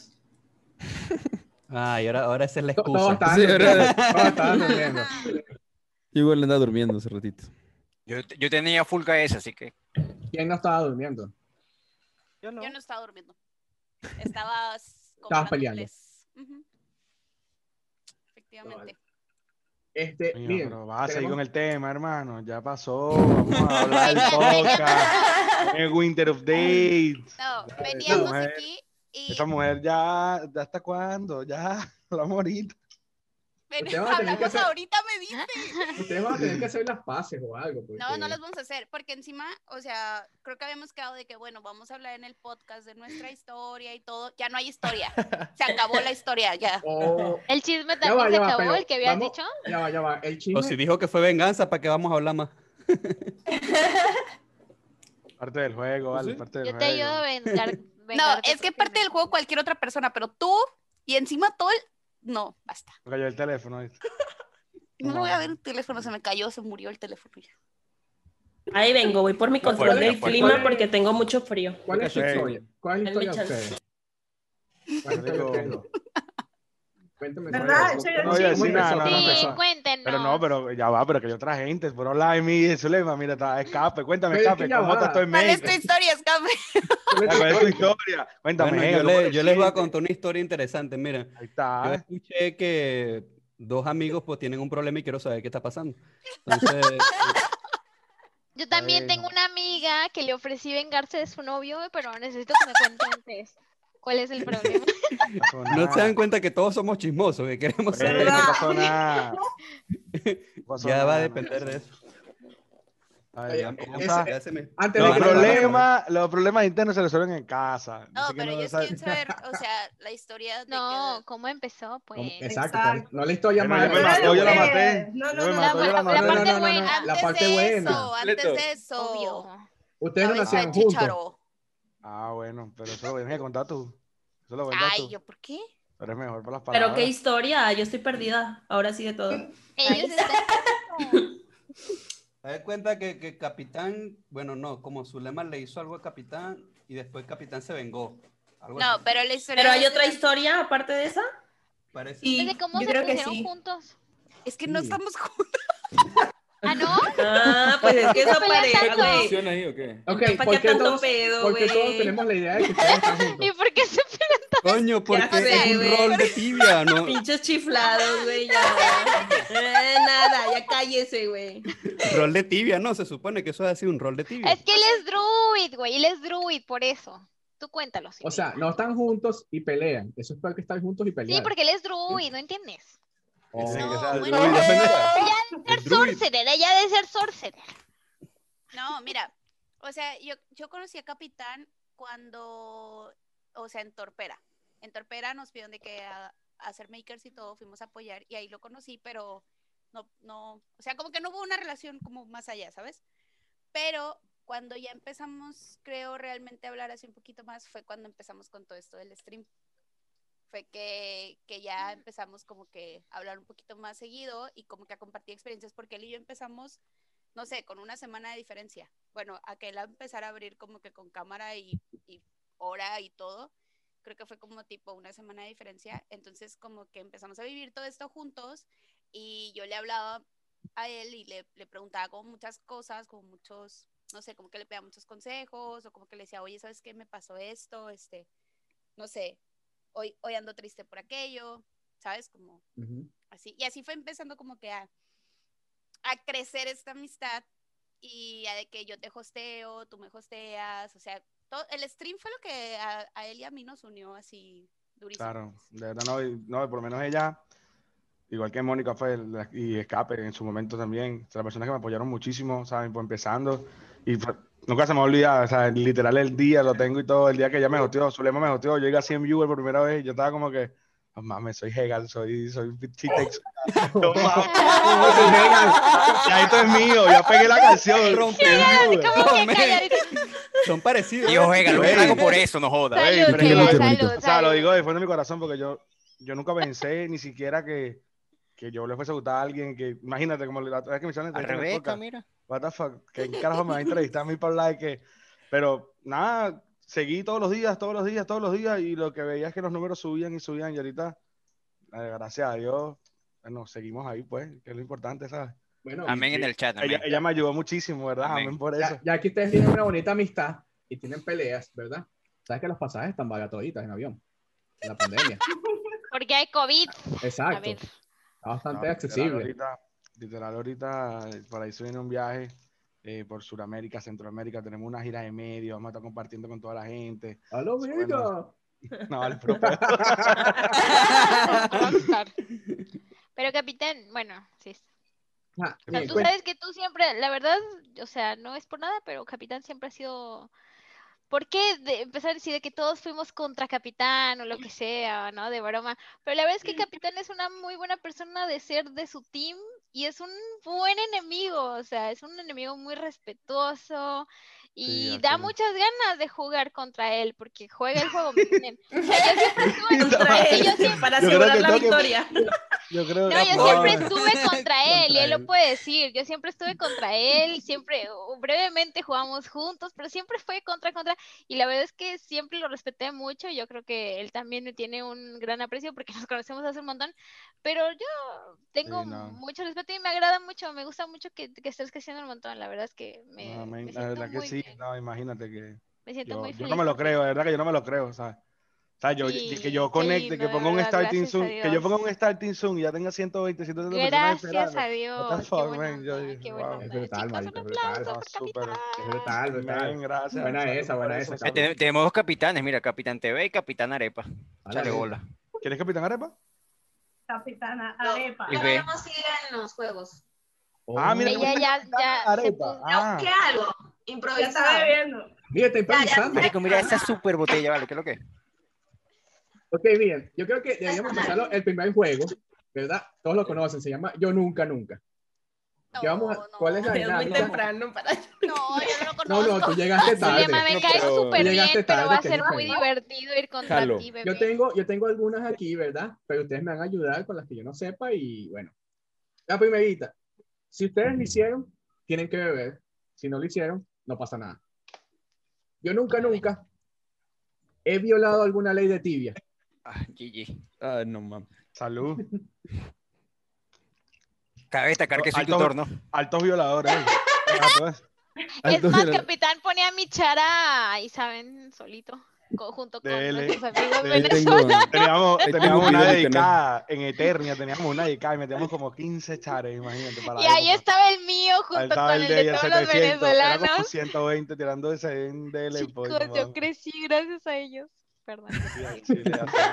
Ah, y ahora, ahora esa es la excusa.
Todos estaban
Sí,
durmiendo,
¿verdad?
todos estaban durmiendo.
Yo igual andaba durmiendo hace ratito.
Yo, yo tenía full esa, así que.
¿Quién no estaba durmiendo?
Yo no. estaba durmiendo. Estabas
Estabas peleando.
Efectivamente.
Este,
Coño,
miren,
pero vas a seguir
tenemos-
con el tema, hermano. Ya pasó. Vamos
*laughs*
a hablar del
Venga,
podcast. El Winter of Dates.
No,
Esa
veníamos
mujer-
aquí y
Esa mujer ya, ya hasta cuándo, ya, *laughs* la morita.
ven-
Ustedes van a tener que
hablamos
hacer-
ahorita, me diste.
Ustedes van
*laughs*
a tener que hacer las paces o algo.
No, no
porque-
las vamos a hacer, porque encima, o sea, creo que habíamos quedado de que, bueno, vamos a hablar en el podcast de nuestra historia y todo. Ya no hay historia. Se acabó la historia, ya.
Oh,
El chisme
Ya
también
va, ya
se
va,
acabó,
pero
el que habías
vamos-
dicho.
Ya va, ya va. El chisme.
O si dijo que fue venganza, ¿para qué vamos a hablar más?
Parte del
¿Ah,
juego, vale, parte del
Yo te
juego.
ayudo a vengar.
No, es que es parte del juego cualquier otra persona, pero tú y encima todo el... No, basta.
Me cayó el teléfono. ¿viste?
No voy a ver el teléfono, se me cayó, se murió el teléfono.
Ahí vengo, voy por mi
Fuerte,
control del
fuerte.
clima porque tengo mucho frío.
¿Cuál es su
Sí.
historia? ¿Cuál es
Denme
la historia de
chance.
ustedes? ¿Cuál es la historia de ustedes? Cuéntame.
¿Verdad?
¿cómo-
Eso
cómo-
No voy a decir
cómo
nada,
empezó?
no, no,
Sí,
empezó.
cuéntenos.
Pero no, pero ya va, pero que hay otra gente. Por online, mi Zulema, mira, está escape. Cuéntame,
Pero es
escape,
que ya
¿cómo
va.
estás tú en
¿Cuál es
México?
tu
*laughs*
historia, Escape?
¿Cuál es tu historia? Cuéntame,
Bueno,
Eva,
yo,
¿cómo
le-
te
yo les voy a Ah.
sientes?
contar una historia interesante. Mira,
Ahí está.
yo escuché que dos amigos pues tienen un problema y quiero saber qué está pasando. *laughs* Entonces,
Yo también
Bueno.
tengo una amiga que le ofrecí vengarse de su novio, pero necesito que me cuente antes cuál es el
*laughs*
problema.
no se dan cuenta que todos somos chismosos, que queremos
Ey,
saber.
no pasó nada.
*laughs* ya
nada,
va a
no
depender de eso.
Ay,
Oye,
ya
ese-
empieza.
ya se me-
Antes de
Los
que nos
problemas, los problemas internos se resuelven en casa.
No,
Así que
pero
no
ellos
sabe-
quieren saber, o
*laughs*
sea, la historia de
No, ¿cómo empezó? Pues.
¿Cómo- Exacto. cuál- No la historia
Bueno,
mala.
yo me mató, yo la maté.
No,
Yo
no,
me
no.
mató, yo la
La
maté.
parte
no, no,
buena.
La
antes
parte
de
buena.
eso, antes de eso.
Oh.
Ustedes no
cabeza de
nacieron juntos.
chícharo.
Ah, bueno, pero eso lo vienes a contar tú. Eso lo cuentas
Ay,
tú.
¿yo por qué?
Pero es mejor para las palabras.
Pero qué historia, yo estoy perdida. Ahora sí de todo.
Ellos
¿Te das cuenta que, que Capitán, bueno, no, como Zulema le hizo algo a Capitán y después Capitán se vengó? Algo
No,
así.
pero la historia.
Pero hay otra historia aparte de esa.
Parece.
¿De cómo se pusieron juntos?
Es que no estamos juntos.
¿Ah, no?
*laughs* Ah, pues es que
¿Por qué
eso
pelean
parece,
tanto?
güey.
¿Funciona ahí o qué?
Ok,
Entonces, ¿para
¿por
qué
qué
tanto
todos,
pedo,
porque
güey?
todos tenemos la idea de que ustedes están juntos?
¿Y por qué
*laughs*
se
Coño, porque
sé,
es un
güey.
rol de tibia, ¿no?
*laughs* Pinches chiflados, güey. Ya. *laughs* Eh, nada, ya cállese, güey.
rol de tibia, ¿no? Se supone que eso es así, un rol de tibia.
Es que él es druid, güey. Él es druid, por eso. Tú cuéntalo.
O sea, no están juntos y pelean. Eso es para que están juntos y
Sí,
pelean.
porque él es druid, ¿no entiendes?
Oh.
Dicen que sea el
bueno.
Luis de Venezuela.
Ella debe ser
druid.
sorcerer, ella debe ser sorcerer.
No, mira, o sea, yo, yo conocí a Capitán cuando, o sea, en Torpera. En Torpera nos pidieron de que a, a hacer makers y todo, fuimos a apoyar y ahí lo conocí, pero no, no, o sea, como que no hubo una relación como más allá, ¿sabes? Pero cuando ya empezamos, creo, realmente a hablar así un poquito más, fue cuando empezamos con todo esto del stream. Fue que, que ya empezamos como que a hablar un poquito más seguido y como que a compartir experiencias, porque él y yo empezamos no sé, con una semana de diferencia. Bueno, a que él empezara a abrir como que con cámara y, y hora y todo, creo que fue como tipo una semana de diferencia. Entonces como que empezamos a vivir todo esto juntos y yo le hablaba a él y le, le preguntaba como muchas cosas, como muchos, no sé, como que le pedía muchos consejos o como que le decía, oye, ¿sabes qué me pasó esto? Este, no sé, hoy, hoy ando triste por aquello, ¿sabes? Como
Ujú.
así. Y así fue empezando como que a, a crecer esta amistad y a de que yo te hosteo, tú me hosteas, o sea, todo, el stream fue lo que a, a él y a mí nos unió así durísimo.
Claro, de verdad no, y- no, por lo menos ella, igual que Mónica fue la- y Escape en su momento también, son las personas que me apoyaron muchísimo, ¿saben? Pues empezando, y fue- nunca se me ha olvidado, o sea, literal el día, lo tengo y todo, el día que ella me joteó, Zulema me joteó, yo llegué a 100 viewers por primera vez y yo estaba como que, oh, mames, soy Hegel, soy, soy Chitex, *laughs* no mames, soy Hegel, ya esto es mío, ya pegué la canción,
Rompe
Así
viuda.
como que
Hombre,
calladito.
Son parecidos.
Dios, oiga, lo
Ey.
hago
*laughs*
por eso, no joda.
Ey,
Salud,
pero es que lo-
Hegel, salud,
bonito.
O sea, lo
salud.
digo de fondo de mi corazón porque yo, yo nunca pensé ni siquiera que, que yo le fuese a gustar a alguien que, imagínate, como la otra vez que me hicieron
A
entrevista en el
Rebeca,
podcast,
mira.
what the fuck, ¿qué carajo me va a entrevistar a mí para hablar de que, pero nada, seguí todos los días, todos los días, todos los días y lo que veía es que los números subían y subían y ahorita, eh, gracias a Dios, bueno, seguimos ahí pues, que es lo importante, ¿sabes?
Bueno,
Amén en el chat. amén.
Ella, ella me ayudó muchísimo, ¿verdad?
Amén.
Amén por eso.
ya, ya que ustedes tienen una bonita amistad y tienen peleas, ¿verdad? Sabes que los pasajes están baratoditas en avión. En
*laughs*
la pandemia.
Porque hay COVID. A
Exacto.
ver.
Está bastante
No, Literal
accesible.
ahorita, literal ahorita, eh, por ahí estoy en un viaje eh, por Sudamérica, Centroamérica, tenemos una gira de medio, vamos a estar compartiendo con toda la gente.
¡Aló,
Bueno.
verga!
No, vale, pero- pero-
*laughs*
Rockstar. Pero capitán, bueno, sí.
Ah,
O sea,
y
tú
cuen-
sabes que tú siempre, la verdad, o sea, no es por nada, pero capitán siempre ha sido. ¿Por qué de- empezar a decir de que todos fuimos contra capitán o lo que sea, ¿no? De broma. Pero la verdad es que capitán es una muy buena persona de ser de su team y es un buen enemigo, o sea, es un enemigo muy respetuoso y
Sí,
da
así es.
muchas ganas de jugar contra él porque juega el juego. miren. O sea, yo
*laughs*
siempre estuve
Contra
contra él,
él,
yo siempre-
para
Yo creo
asegurar
que
la
tengo que-
victoria.
yo creo
no,
que-
yo
no,
siempre
no.
*laughs* estuve contra él, y
Contra
él lo
él.
puede decir. Yo siempre estuve contra él, siempre, o- brevemente jugamos juntos, pero siempre fue contra, contra. Y la verdad es que siempre lo respeté mucho. y Yo creo que él también me tiene un gran aprecio porque nos conocemos hace un montón. Pero yo tengo
Sí, no.
mucho respeto y me agrada mucho, me gusta mucho que, que estés creciendo un montón. La verdad es que me,
No, amén,
me
la
siento
verdad que
muy
sí,
bien,
no, imagínate que
me siento
yo,
muy
yo
feliz.
no me lo
porque-
creo, de verdad que yo no me lo creo, ¿sabes? O sea, yo,
Sí,
que yo
qué
conecte,
lindo,
que
de
ponga un
verdad,
starting
gracias a
zoom, que yo ponga un
Dios.
starting zoom y ya tenga 120, 130 personas
Gracias a
esperando. What the
Dios, qué
fuck,
buena
man? Yo
onda,
dije,
qué
wow.
buena
Es
onda.
brutal,
Chicos, un
marica, es brutal.
aplauso
No,
por
súper.
Capitán.
Es brutal,
Amén,
brutal.
gracias.
Buena
Salud
esa,
por
buena
eso,
Eh,
esa,
salud.
ten- tenemos dos capitanes, mira, Capitán TV y Capitán Arepa. Échale
Órale.
bola.
¿Quieres Capitán Arepa?
Capitana
No,
Arepa.
Y
Yo
ve.
no así en los juegos.
Oh,
Ah, mira,
Ella ya, ya se
Arepa.
puso-
Ah,
¿Qué hago?
Ya está
Improvisado.
bebiendo.
Mira, está improvisando.
Marico, mira esa super botella, vale, ¿qué es lo que es?
Ok, bien. Yo creo que deberíamos empezar el primer juego, ¿verdad? Todos lo conocen. Se llama Yo Nunca Nunca. Ya vamos a- ¿Cuál es la
Es muy
dinámica?
temprano para
No, yo no lo
No, no, tú llegaste tarde.
Zulema, me
No,
caes
pero-
súper
Tú
bien,
llegaste
pero va a
tarde,
ser
Kenny.
muy divertido ir contra
Jalo.
ti,
Yo
bebé.
tengo, yo tengo algunas aquí, ¿verdad? Pero ustedes me van a ayudar con las que yo no sepa y bueno. La primerita, si ustedes lo hicieron, tienen que beber. Si no lo hicieron, no pasa nada. Yo nunca, nunca he violado alguna ley de tibia.
Ah, GG.
Ah,
Ay, no mames. Salud.
Cabe destacar que soy
Altos-
tutor, ¿no?
Altos violadores. ¿eh?
Ah,
Es más, capitán, pone a mi chara y saben, solito, co- junto con
Dele.
nuestros amigos
Dele.
*laughs* venezolanos.
Teníamos,
Ahí
teníamos
tengo
una
video de
dedicada en Eternia, teníamos una dedicada y metíamos como 15 chares, imagínate. Para
Y
la
ahí
época.
estaba el mío junto
Ahí estaba
con el
de
de,
ella,
todos los
700, era como
venezolanos.
120 tirando ese en DL. pues,
Chicos,
no
yo
mames.
crecí gracias a ellos. Perdón.
Sí, le hace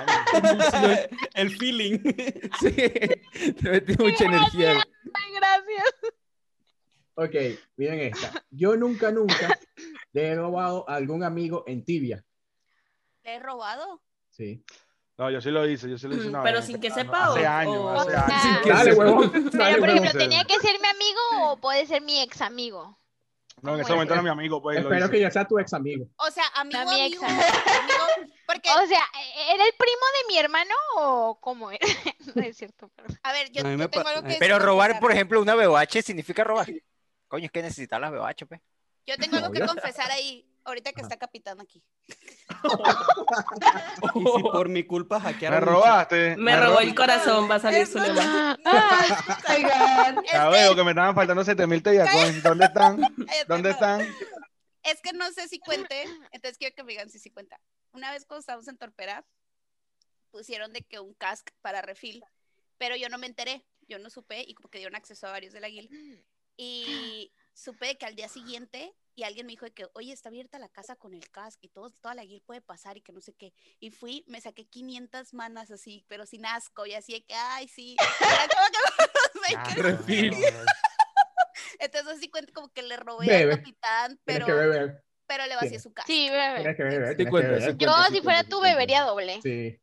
daño.
El feeling. *laughs* Sí. Te metí mucha energía.
Ay, gracias.
Ok, miren esta. Yo nunca, nunca le he robado a algún amigo en tibia.
¿Le he robado?
Sí.
No, yo sí lo hice, yo sí lo hice. una
pero
vez.
sin que
Ah, no,
sepa
Hace
o-
años,
o-
hace
o
años.
sea,
Dale, huevón. Dale,
Pero, por
huevón.
ejemplo, ¿tenía que ser mi amigo o puede ser mi ex amigo?
No, en ese momento era mi amigo, pues. lo
Espero
hice.
que ya sea tu ex amigo.
O sea, amigo,
No, mi ex Oh.
amigo,
amigo.
amigo, porque,
O sea, ¿era el primo de mi hermano o cómo era? *laughs* No es cierto, perdón.
a ver, yo,
A mí me
yo tengo
pa-
algo que
Pero robar,
confesar.
por ejemplo, una BOH significa robar. Coño, es que necesitas las BOH, pues.
Yo tengo algo que
Obvio.
confesar ahí, ahorita que está capitán aquí.
Y si por mi culpa
Me
hackearon. un
robaste.
Me robó
robaste.
el corazón, va a salir su lema.
*laughs*
Ya veo que me estaban faltando 7000 teyacoins. ¿Dónde están? ¿Dónde están?
Es que no sé si cuente, entonces quiero que me digan si sí cuenta. Una vez cuando estábamos en Torpera, pusieron de que un cask para refil, pero yo no me enteré, yo no supe y como que dieron acceso a varios de la guild. Y supe de que al día siguiente y alguien me dijo de que, oye, está abierta la casa con el cask y todo, toda la guild puede pasar y que no sé qué. Y fui, me saqué 500 manas así, pero sin asco y así de que, ay, sí. *laughs* Era como
Ah.
que- *laughs*
Refil.
Entonces sí cuenta como que le robé
Bebe.
al capitán,
Tienes
pero,
que beber.
pero le vacié su casa.
Sí, bebé.
Tienes que beber.
Sí
tienes que
cuenta,
beber.
sí
Yo, si fuera tú, bebería doble.
Sí.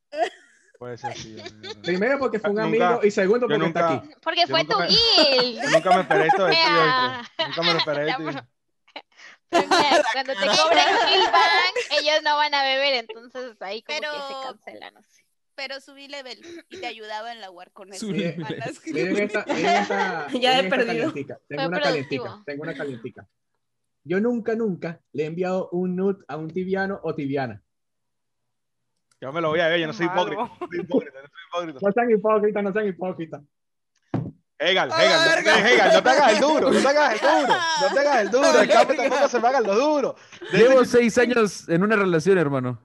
Puede ser así. yo no-
Primero porque fue un
Nunca-
amigo y segundo
yo
porque está
nunca-
aquí.
Porque
Yo
fue tu
nunca me-
guild.
Yo nunca me esperé esto de ti,
Mira.
oíste. Nunca me lo esperé de
Ya,
ti.
por- Mira, Cuando te cobren el bank, ellos no van a beber, entonces ahí como
Pero-
que se cancela, no sé.
Pero subí level y te ayudaba en la war con eso.
Subí level.
Manas.
*laughs*
Miren
*laughs*
esta, miren esta,
*laughs* Ya
miren
he
esta
perdido.
calientica. Tengo
Fue
una
productivo.
calientica, tengo una calientica. Yo nunca, nunca le he enviado un nude a un tibiano o tibiana.
Yo me lo voy a ver, yo no soy
Malo.
hipócrita. No soy hipócrita, no soy hipócrita.
No sean hipócritas, no sean hipócritas.
Hegel,
Ah,
Hegel, no, Hegel, no te hagas el duro, no te hagas el duro, no te hagas el duro, el capo tampoco se paga lo duro.
Llevo seis años en una relación, hermano.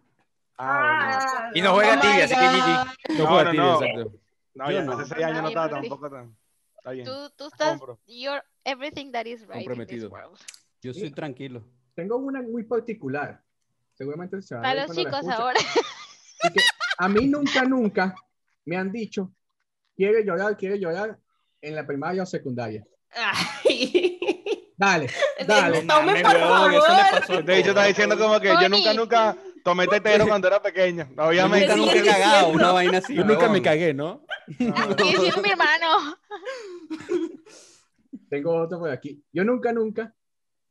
Ah,
Y
Oh
no juega tibia, así que GG.
bueno.
No, juega
no,
tibia,
no, no,
exacto.
no, ya hace seis años no
Ay,
estaba
Rodri.
tampoco tan. Está bien.
Tú, tú estás,
compro.
you're everything that is right in this
Comprometido.
world.
Yo soy tranquilo.
Tengo una muy particular. Seguramente se va a
Para
reír
los
cuando
chicos
la escuche.
ahora.
Así que a mí nunca, nunca me han dicho, quiere llorar, quiere llorar en la primaria o secundaria.
Ay. *laughs*
*laughs*
Dale, dale.
Mames,
Tome, por
huevón, eso le
favor.
pasó a
De hecho,
todos.
estás Este diciendo como que yo nunca,
Bonnie.
nunca tomé tetero cuando era pequeño. Obviamente,
Yo
Nunca
sigue
me he cagado, una vaina así.
Yo nunca me
huevón.
cagué, ¿no?
Ah.
*laughs* ¿Qué hicieron mi hermano?
Tengo otro por aquí. Yo nunca, nunca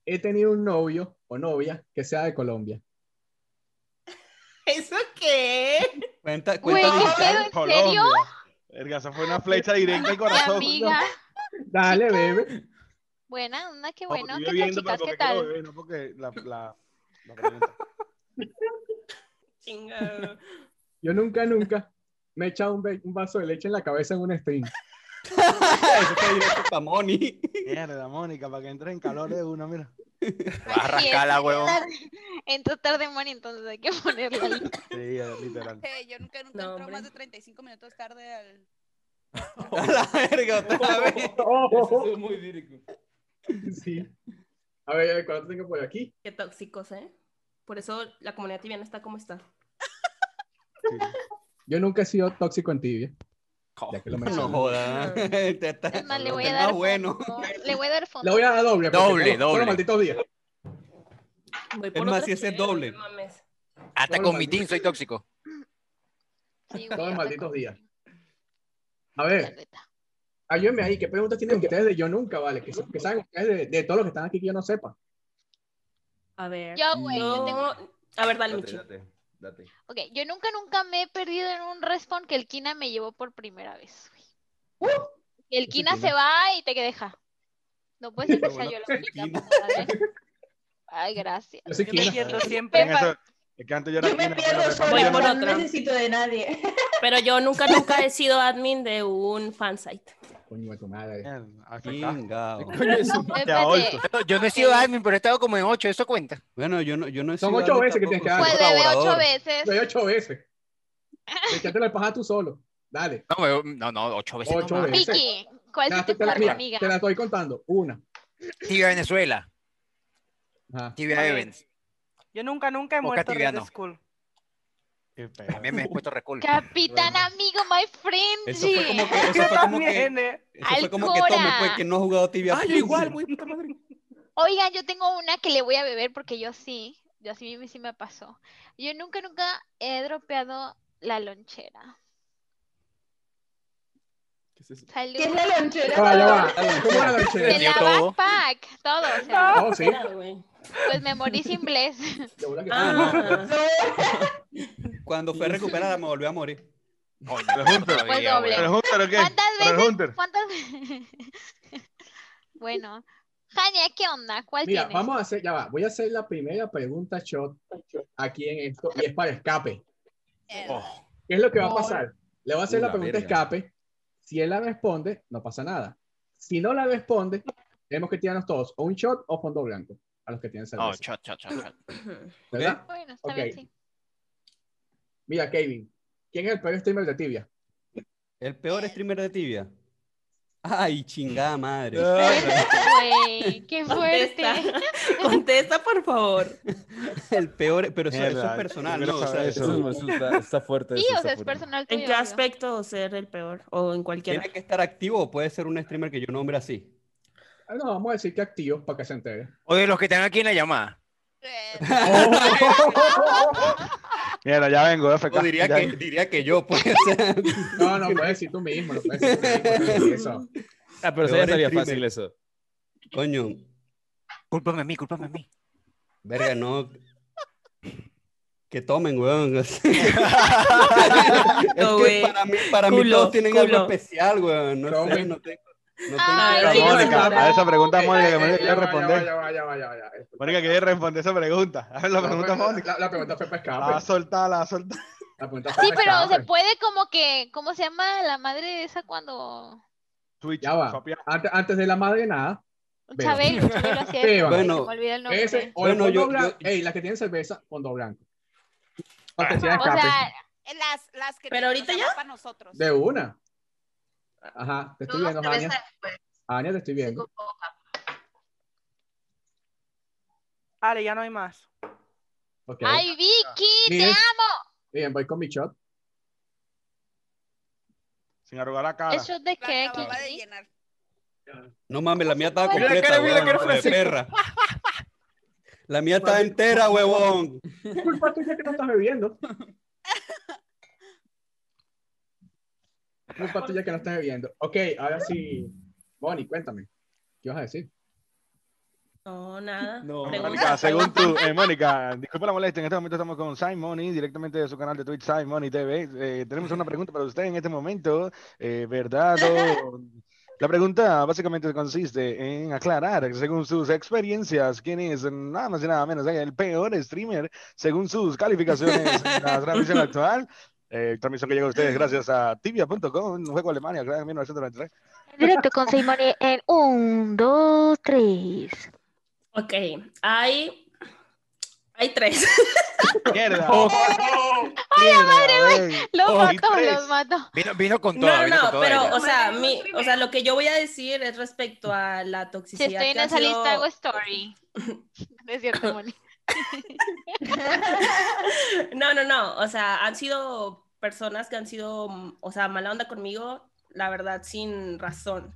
he tenido un novio o novia que sea de Colombia.
¿Eso qué?
Cuenta,
Güey,
cuenta
¿qué
digital.
pedo? ¿En serio?
Verga, esa fue una flecha directa al
Mi
corazón.
amiga.
Dale, bebe.
Buena, onda, qué
No, pues,
bueno.
estoy
¿Qué tal,
bebiendo,
chicas?
pero
¿Qué
porque quiero
tal?
beber, no porque
*laughs*
la- la- la pregunta.
Chingado.
Yo nunca, nunca me he echado un, be- un vaso de leche en la cabeza en un
*laughs*
string.
*laughs* Eso fue directo
*laughs*
pa' Moni.
Mierda, Mónica, para que entres en calor de una, mira.
Vas a rascarla, huevón.
En tu tarde, Moni, entonces hay que *laughs* ponerlo ahí.
Sí, literal.
Eh, yo nunca, nunca
No,
entro
hombre.
más de 35 minutos tarde al...
A la verga, otra vez.
Oh,
es muy lírico.
sí. A ver, a ver, ¿cuánto tengo por aquí?
Qué tóxicos, ¿eh? Por eso la comunidad tibiana está como está.
Sí.
Yo nunca he sido tóxico en tibia. Ya que lo
No
mencioné.
joda. Te está-
Es más, le
lo
voy a
tengas
dar
bueno.
fondo. Le voy a dar
Le
fondo.
voy a dar doble. porque
Doble,
tengo-
doble.
Los malditos días.
Voy
Es más,
otra
si ese es
chévere,
doble.
no mames.
Hasta
Todo
con
mal.
mi team soy tóxico.
Sí, güey,
Todos los
hasta
malditos Eh.
con-
días. A
la
ver,
neta.
Ayúdenme ahí, ¿qué preguntas tienen ustedes de yo nunca, vale? ¿Qué, qué saben ustedes de, de todos los que están aquí que yo no sepa?
A ver.
Yo, güey, yo
yo-
tengo-
A ver, dale,
Date,
Michi.
date, date.
Ok, yo nunca, nunca me he perdido en un respawn que el Kina me llevó por primera vez. güey. Y el
Uh. Ese
Kina se
Kina.
va y te que deja. No
*laughs*
puedes
Pero
escuchar yo
bueno,
la
ese
única,
Kina.
puta vez. Ay, gracias.
Yo soy
Yo me
Kina.
pierdo siempre.
En eso- es que antes yo era
Yo me
Kina,
pierdo
pero después
sola,
ya no-
por
no
otra.
necesito de nadie.
*laughs* Pero yo nunca, nunca he sido admin de un fansite.
Ah, Coño de tu madre.
Chingao.
Coño de su madre,
Espérate.
Adolfo.
Yo no he sido admin, pero he estado como en ocho, ¿eso cuenta?
Bueno, yo no, yo no he
Son
sido
ocho
admin
veces que tienes que
tampoco,
dar.
Pues
soy
bebé, ocho
colaborador.
Lo he
veces.
hecho *laughs* veces. Echate la paja tú solo. Dale.
No, me- no, no, ocho veces.
Ocho
no, más.
veces.
Vicky, ¿cuál
Nah,
se te
te, la,
ocurre,
mira,
amiga?
te la estoy contando. Una.
Tibia Venezuela,
Ajá.
Tibia Evans.
Yo nunca, nunca he
Boca
muerto
tibiano.
de School.
Qué pedo.
También me he puesto recall.
Capitán amigo, my friend.
Eso fue como que, eso
Yo
fue como que,
también, ¿eh?
eso fue como que
Alcora.
tome, pues, que no ha jugado tibia.
Ah,
*laughs*
yo igual, güey, puta madre.
Oigan, yo tengo una que le voy a beber porque yo sí, yo así sí me pasó. Yo nunca, nunca he dropeado la lonchera.
¿Qué es eso?
Salud.
¿Qué es la lonchera?
Ya va, ya va. ¿Cómo era la
De
lonchera?
Perdió
la
todo.
backpack, todo. o sea,
*laughs*
No, sí.
Claro, güey.
pues me morí sin bless.
De bola que-
Ah,
Cuando fue recuperada me volvió a morir.
Coño,
Pero es Hunter.
Pues
todavía,
doble.
Pero es Hunter, ¿o
*laughs*
qué?
¿Cuántas
Pero es
veces?
Hunter.
¿Cuántas *laughs* veces? Bueno. Jania, ¿qué onda? ¿Cuál
Mira,
tienes?
vamos a hacer, ya va, voy a hacer la primera pregunta shot aquí en esto y es para escape.
Eh,
Oh,
¿Qué es lo que va a pasar? Le voy a hacer
Uh,
la
la
pregunta
verga.
escape. Si él la responde, no pasa nada. Si no la responde, tenemos que tirarnos todos o un shot o fondo blanco a los que tienen
Ah,
no,
cerveza.
chot, chot, chot, chot.
¿verdad?
Bueno, está
Ok.
bien, sí.
Mira, Kevin, ¿quién es el peor streamer de tibia?
El
Eh.
peor streamer de tibia. Ay, chingada madre.
Eh. Güey, *laughs* qué fuerte.
Contesta. Ah. *laughs* Contesta, por favor.
El peor, pero eso, eso es
Mierda,
personal,
yo
¿no?
quiero
O sea,
saber
Eso,
eso-
eso está, está fuerte.
Sí,
eso
o
está
sea, es
fuerte.
personal tuyo.
¿En qué
obvio.
aspecto ser el peor? ¿O en cualquiera?
tiene que estar activo o puede ser un streamer que yo nombre así.
Ah, No, vamos a decir que activos para que se entere.
O de los que están aquí en la llamada.
*laughs*
eh,
Mira, ya vengo, FK.
O diría
ya
que,
vengo.
diría que yo, pues. *laughs*
No, no, puedes decir tú mismo, no puedes decir tú
*laughs*
mismo, eso.
Ah, pero eso
Peor
ya sería
streamer.
fácil eso.
Coño,
Cúlpame a mí, cúlpame a mí.
verga, no. Que tomen, weón. *laughs* Es
No,
que
güey.
para mí, para mí
Culo,
todos tienen
culo.
algo especial, weón. No sé,
Tomen.
no tengo. No tengo
Ay,
Pero
sí,
Mónica,
señora.
a esa pregunta Mónica, que Mónica
Eh,
quiere
ya va, ya va,
responder.
ya va, ya va, ya va, ya va.
Mónica quiere responder esa pregunta. *laughs* A ver, la pregunta
La-
Mónica.
la- la pregunta fue para escape.
La soltada, la soltada.
La pregunta pues. fue
Sí,
para
pero
escape.
se puede como que, ¿cómo se llama la madre esa cuando?
Twitch,
Ya va.
shopea.
Antes, antes de la madre, nada. Veo.
Chabelo, Chabelo hacía
Sí,
eso, güey,
bueno,
se me olvida el nombre.
Ese, o el
Bueno,
fondo
yo-
blanco.
yo-
Ey, las que tienen cerveza, fondo blanco. Para que sea
O
escape.
sea,
Eh, las, las que
Pero ahorita ya.
para nosotros.
De una. Ajá, te estoy
Todos
viendo,
cerveza
Ania.
después,
Ania, te estoy viendo.
cinco copas.
Vale, ya no hay más.
Ok.
¡Ay, Vicky! ¡Te
Miren,
amo!
Bien, voy con mi shot.
Sin arrugar la cara.
¿Eso de
La
qué,
acababa de
Kiki?
llenar.
No mames, la mía estaba
Mira la
completa,
cara, mira la
weón,
cara,
hijo de perra. La mía estaba entera, huevón.
Culpa tuya que no estás bebiendo. Culpa tuya que no estás bebiendo. Ok, ahora sí. Bonnie, cuéntame. ¿Qué vas a decir?
No, nada.
No.
Pregunta.
Mónica, según tú, eh, Mónica, disculpa la molestia, en este momento estamos con Simoni, directamente de su canal de Twitch, Simoni TV. Eh, tenemos una pregunta para usted en este momento, eh, ¿verdad? o- La pregunta básicamente consiste en aclarar, según sus experiencias, quién es nada más y nada menos el peor streamer, según sus calificaciones en la transmisión actual. Eh, transmisión que llega a ustedes gracias a tibia.com, un juego Alemania, creado
*laughs*
en 1993.
Directo con Simone en 1, 2, 3.
Ok, hay. Hay tres.
¡Mierda!
madre,
ven!
Los
Oh, y
mato,
tres.
los mato.
Vino, vino con todo.
No,
vino
no,
con
no,
todo
pero,
*laughs* ella.
o sea, mi, o sea, lo que yo voy a decir es respecto a la
Si
toxicidad.
estoy en
que ha
esa
sido-
lista, hago
*laughs*
story. No Es cierto, Moni.
No, no, no. O sea, han sido personas que han sido, mm, o sea, mala onda conmigo, la verdad, sin razón.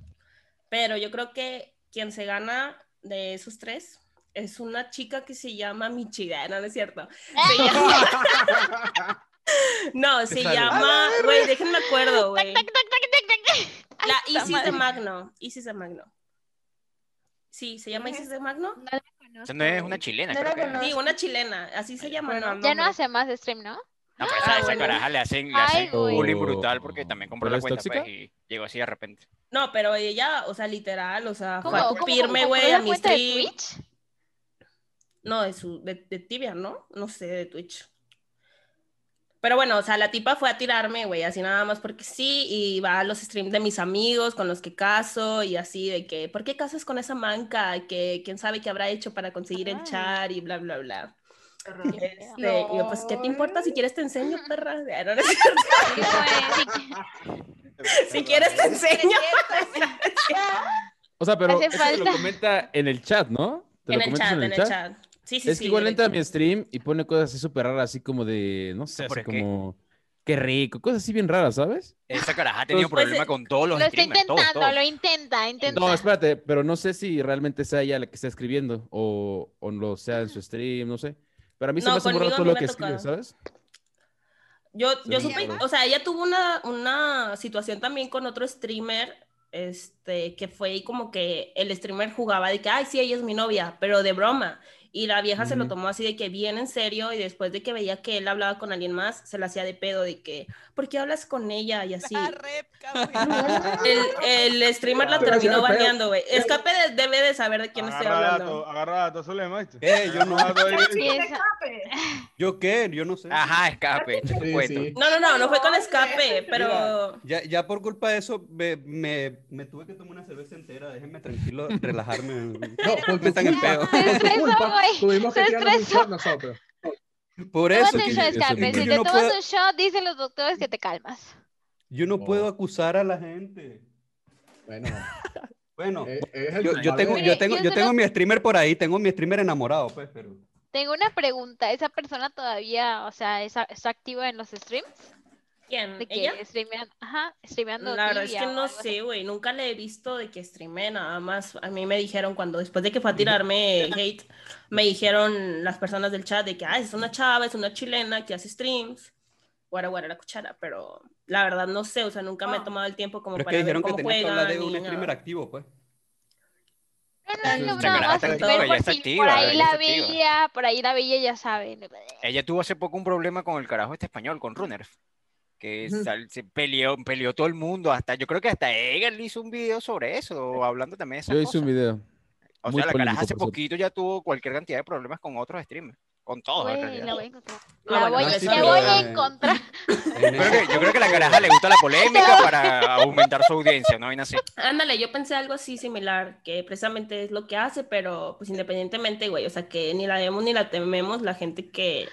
Pero yo creo que quien se gana de esos tres es una chica que se llama Michigan, no, no es cierto.
Ah.
Se llama- no, se
Sale.
llama, güey, déjenme acuerdo, güey.
Tac, tac, tac, tac, tac, tac.
La
esta
Isis
madre.
de Magno. Isis de Magno. Sí, ¿se llama Isis de Magno? No la
O sea, no es una chilena, creo que.
Sí, una chilena. Así se llama. ¿no?
Ya no hace más de stream, ¿no?
No, pero esa, esa
bueno.
caraja le hacen, le
Ay,
hacen
güey.
bullying brutal porque también compró
¿Pero
la
es
cuenta
tóxica?
pues, y llegó así de repente.
No, pero ella, o sea, literal, o sea,
¿Cómo?
fue a
¿Cómo?
escupirme,
¿Cómo?
güey,
¿Compró
a
la
mi
cuenta de
stream. No, de su, de, de Tibia, ¿no? No sé, de Twitch. Pero bueno, o sea, la tipa fue a tirarme, güey, así nada más porque sí, y va a los streams de mis amigos con los que caso, y así de que, ¿por qué casas con esa manca? Que quién sabe qué habrá hecho para conseguir el char y bla, bla, bla. Este, y yo, pues, ¿qué te importa? Si quieres te enseño, perra. Ah, no, no es cierto. si quieres te enseño. *laughs*
O sea, pero
Hace
eso te lo
falta.
comenta en el chat, ¿no? ¿Te
En
lo
el
comentas
chat, en el chat. Sí, sí,
es
sí,
que igual
en el
entra a
chat.
mi stream y pone cosas así súper raras, así como de, no sé, así como, qué rico, cosas así bien raras, ¿sabes?
Esa caraja ha tenido
Pues,
problemas
eh,
con todos los
Lo está
streamers, todos,
intentando,
todos.
lo intenta, intenta.
No, espérate, pero no sé si realmente sea ella la que está escribiendo o, o lo sea en su stream, no sé. Pero a mí se
No,
me hace muy raro
conmigo
todo
no
lo
me
que
ha
escribe,
tocado.
¿sabes?
Yo,
Se
yo
me
supe,
ocurre.
o sea, ella tuvo una, una situación también con otro streamer, este, que fue como que el streamer jugaba de que, ay, sí, ella es mi novia, pero de broma. Y la vieja se lo
Ujú.
tomó así de que bien en serio y después de que veía que él hablaba con alguien más, se la hacía de pedo de que, ¿por qué hablas con ella? Y así. *laughs* el, el streamer la
Se la hacía de
terminó
pedo.
baneando, güey. Escape de- debe de saber
Ah,
de quién estoy
Agarra
hablando.
datos, agarra datos, Zulema, ¿viste?
Eh, yo no.
escape.
¿Yo qué? Yo no sé.
Ajá, escape.
te cuento. *laughs*
No, no, no, no fue con escape, pero...
Ya, ya por culpa de eso me, me, me tuve que tomar una cerveza entera. Déjenme
*laughs*
tranquilo, relajarme. No, me están en pedo.
Por pues, tu culpa,
güey.
tuvimos que
Se
tirarnos un
estresó.
shot nosotros.
Por
Tómate
eso
un
que
shot,
yo,
escape.
que
Si
yo
te
no
tomas
puedo,
un shot, dicen los doctores que te calmas.
yo
Oh.
no puedo acusar a la gente.
Bueno,
bueno.
Eh,
eres
Yo,
el
yo
culpable.
tengo,
Mire, *laughs*
yo *laughs* tengo,
yo
yo tengo
solo-
mi streamer por ahí, tengo mi streamer enamorado, pues, pero.
Tengo una pregunta. ¿Esa persona todavía, o sea, es- está activa en los streams?
¿Quién?
De que
Mm, ¿Ella?
streamean- ajá, streameando
La verdad es
Tibia
que
o
no
algo así.
sé, güey, nunca le he visto de que streame nada más. A mí me dijeron cuando, después de que fue a tirarme hate, me dijeron las personas del chat de que, ah, es una chava, es una chilena que hace streams, guara guara la cuchara, pero la verdad no sé, o sea, nunca
Ah.
me he tomado el tiempo como
Pero es que
para ver
dijeron que
cómo
tenías que hablar de
juegan
un
ni
streamer
nada.
activo, pues.
No,
Esta
nada
caraja
más
está
ver
activa, ya
por
está
si-
activa,
por ahí
ya
la
está activa. Eh,
veía, por ahí la veía, ya saben.
Ella tuvo hace poco un problema con el carajo este español, con Runner. Que
Ujú.
sal- se peleó, peleó todo el mundo, hasta yo creo que hasta Egan le hizo un video sobre eso, hablando también de esas
Yo hice un
cosas.
video.
O
muy
sea, la caraja
polémico,
hace
por cierto.
poquito ya tuvo cualquier cantidad de problemas con otros streamers, con todos en
Güey,
realidad.
Pues, la voy a encontrar.
Ah,
La
bueno,
voy,
no,
la
sí,
voy
pero,
a
eh,
encontrar. *laughs*
Creo que- yo creo que a la caraja le gusta la polémica para aumentar su audiencia, ¿no? Vaina así.
Ándale, yo pensé algo así similar, que precisamente es lo que hace, pero pues independientemente, güey, o sea, que ni la vemos ni la tememos, la gente que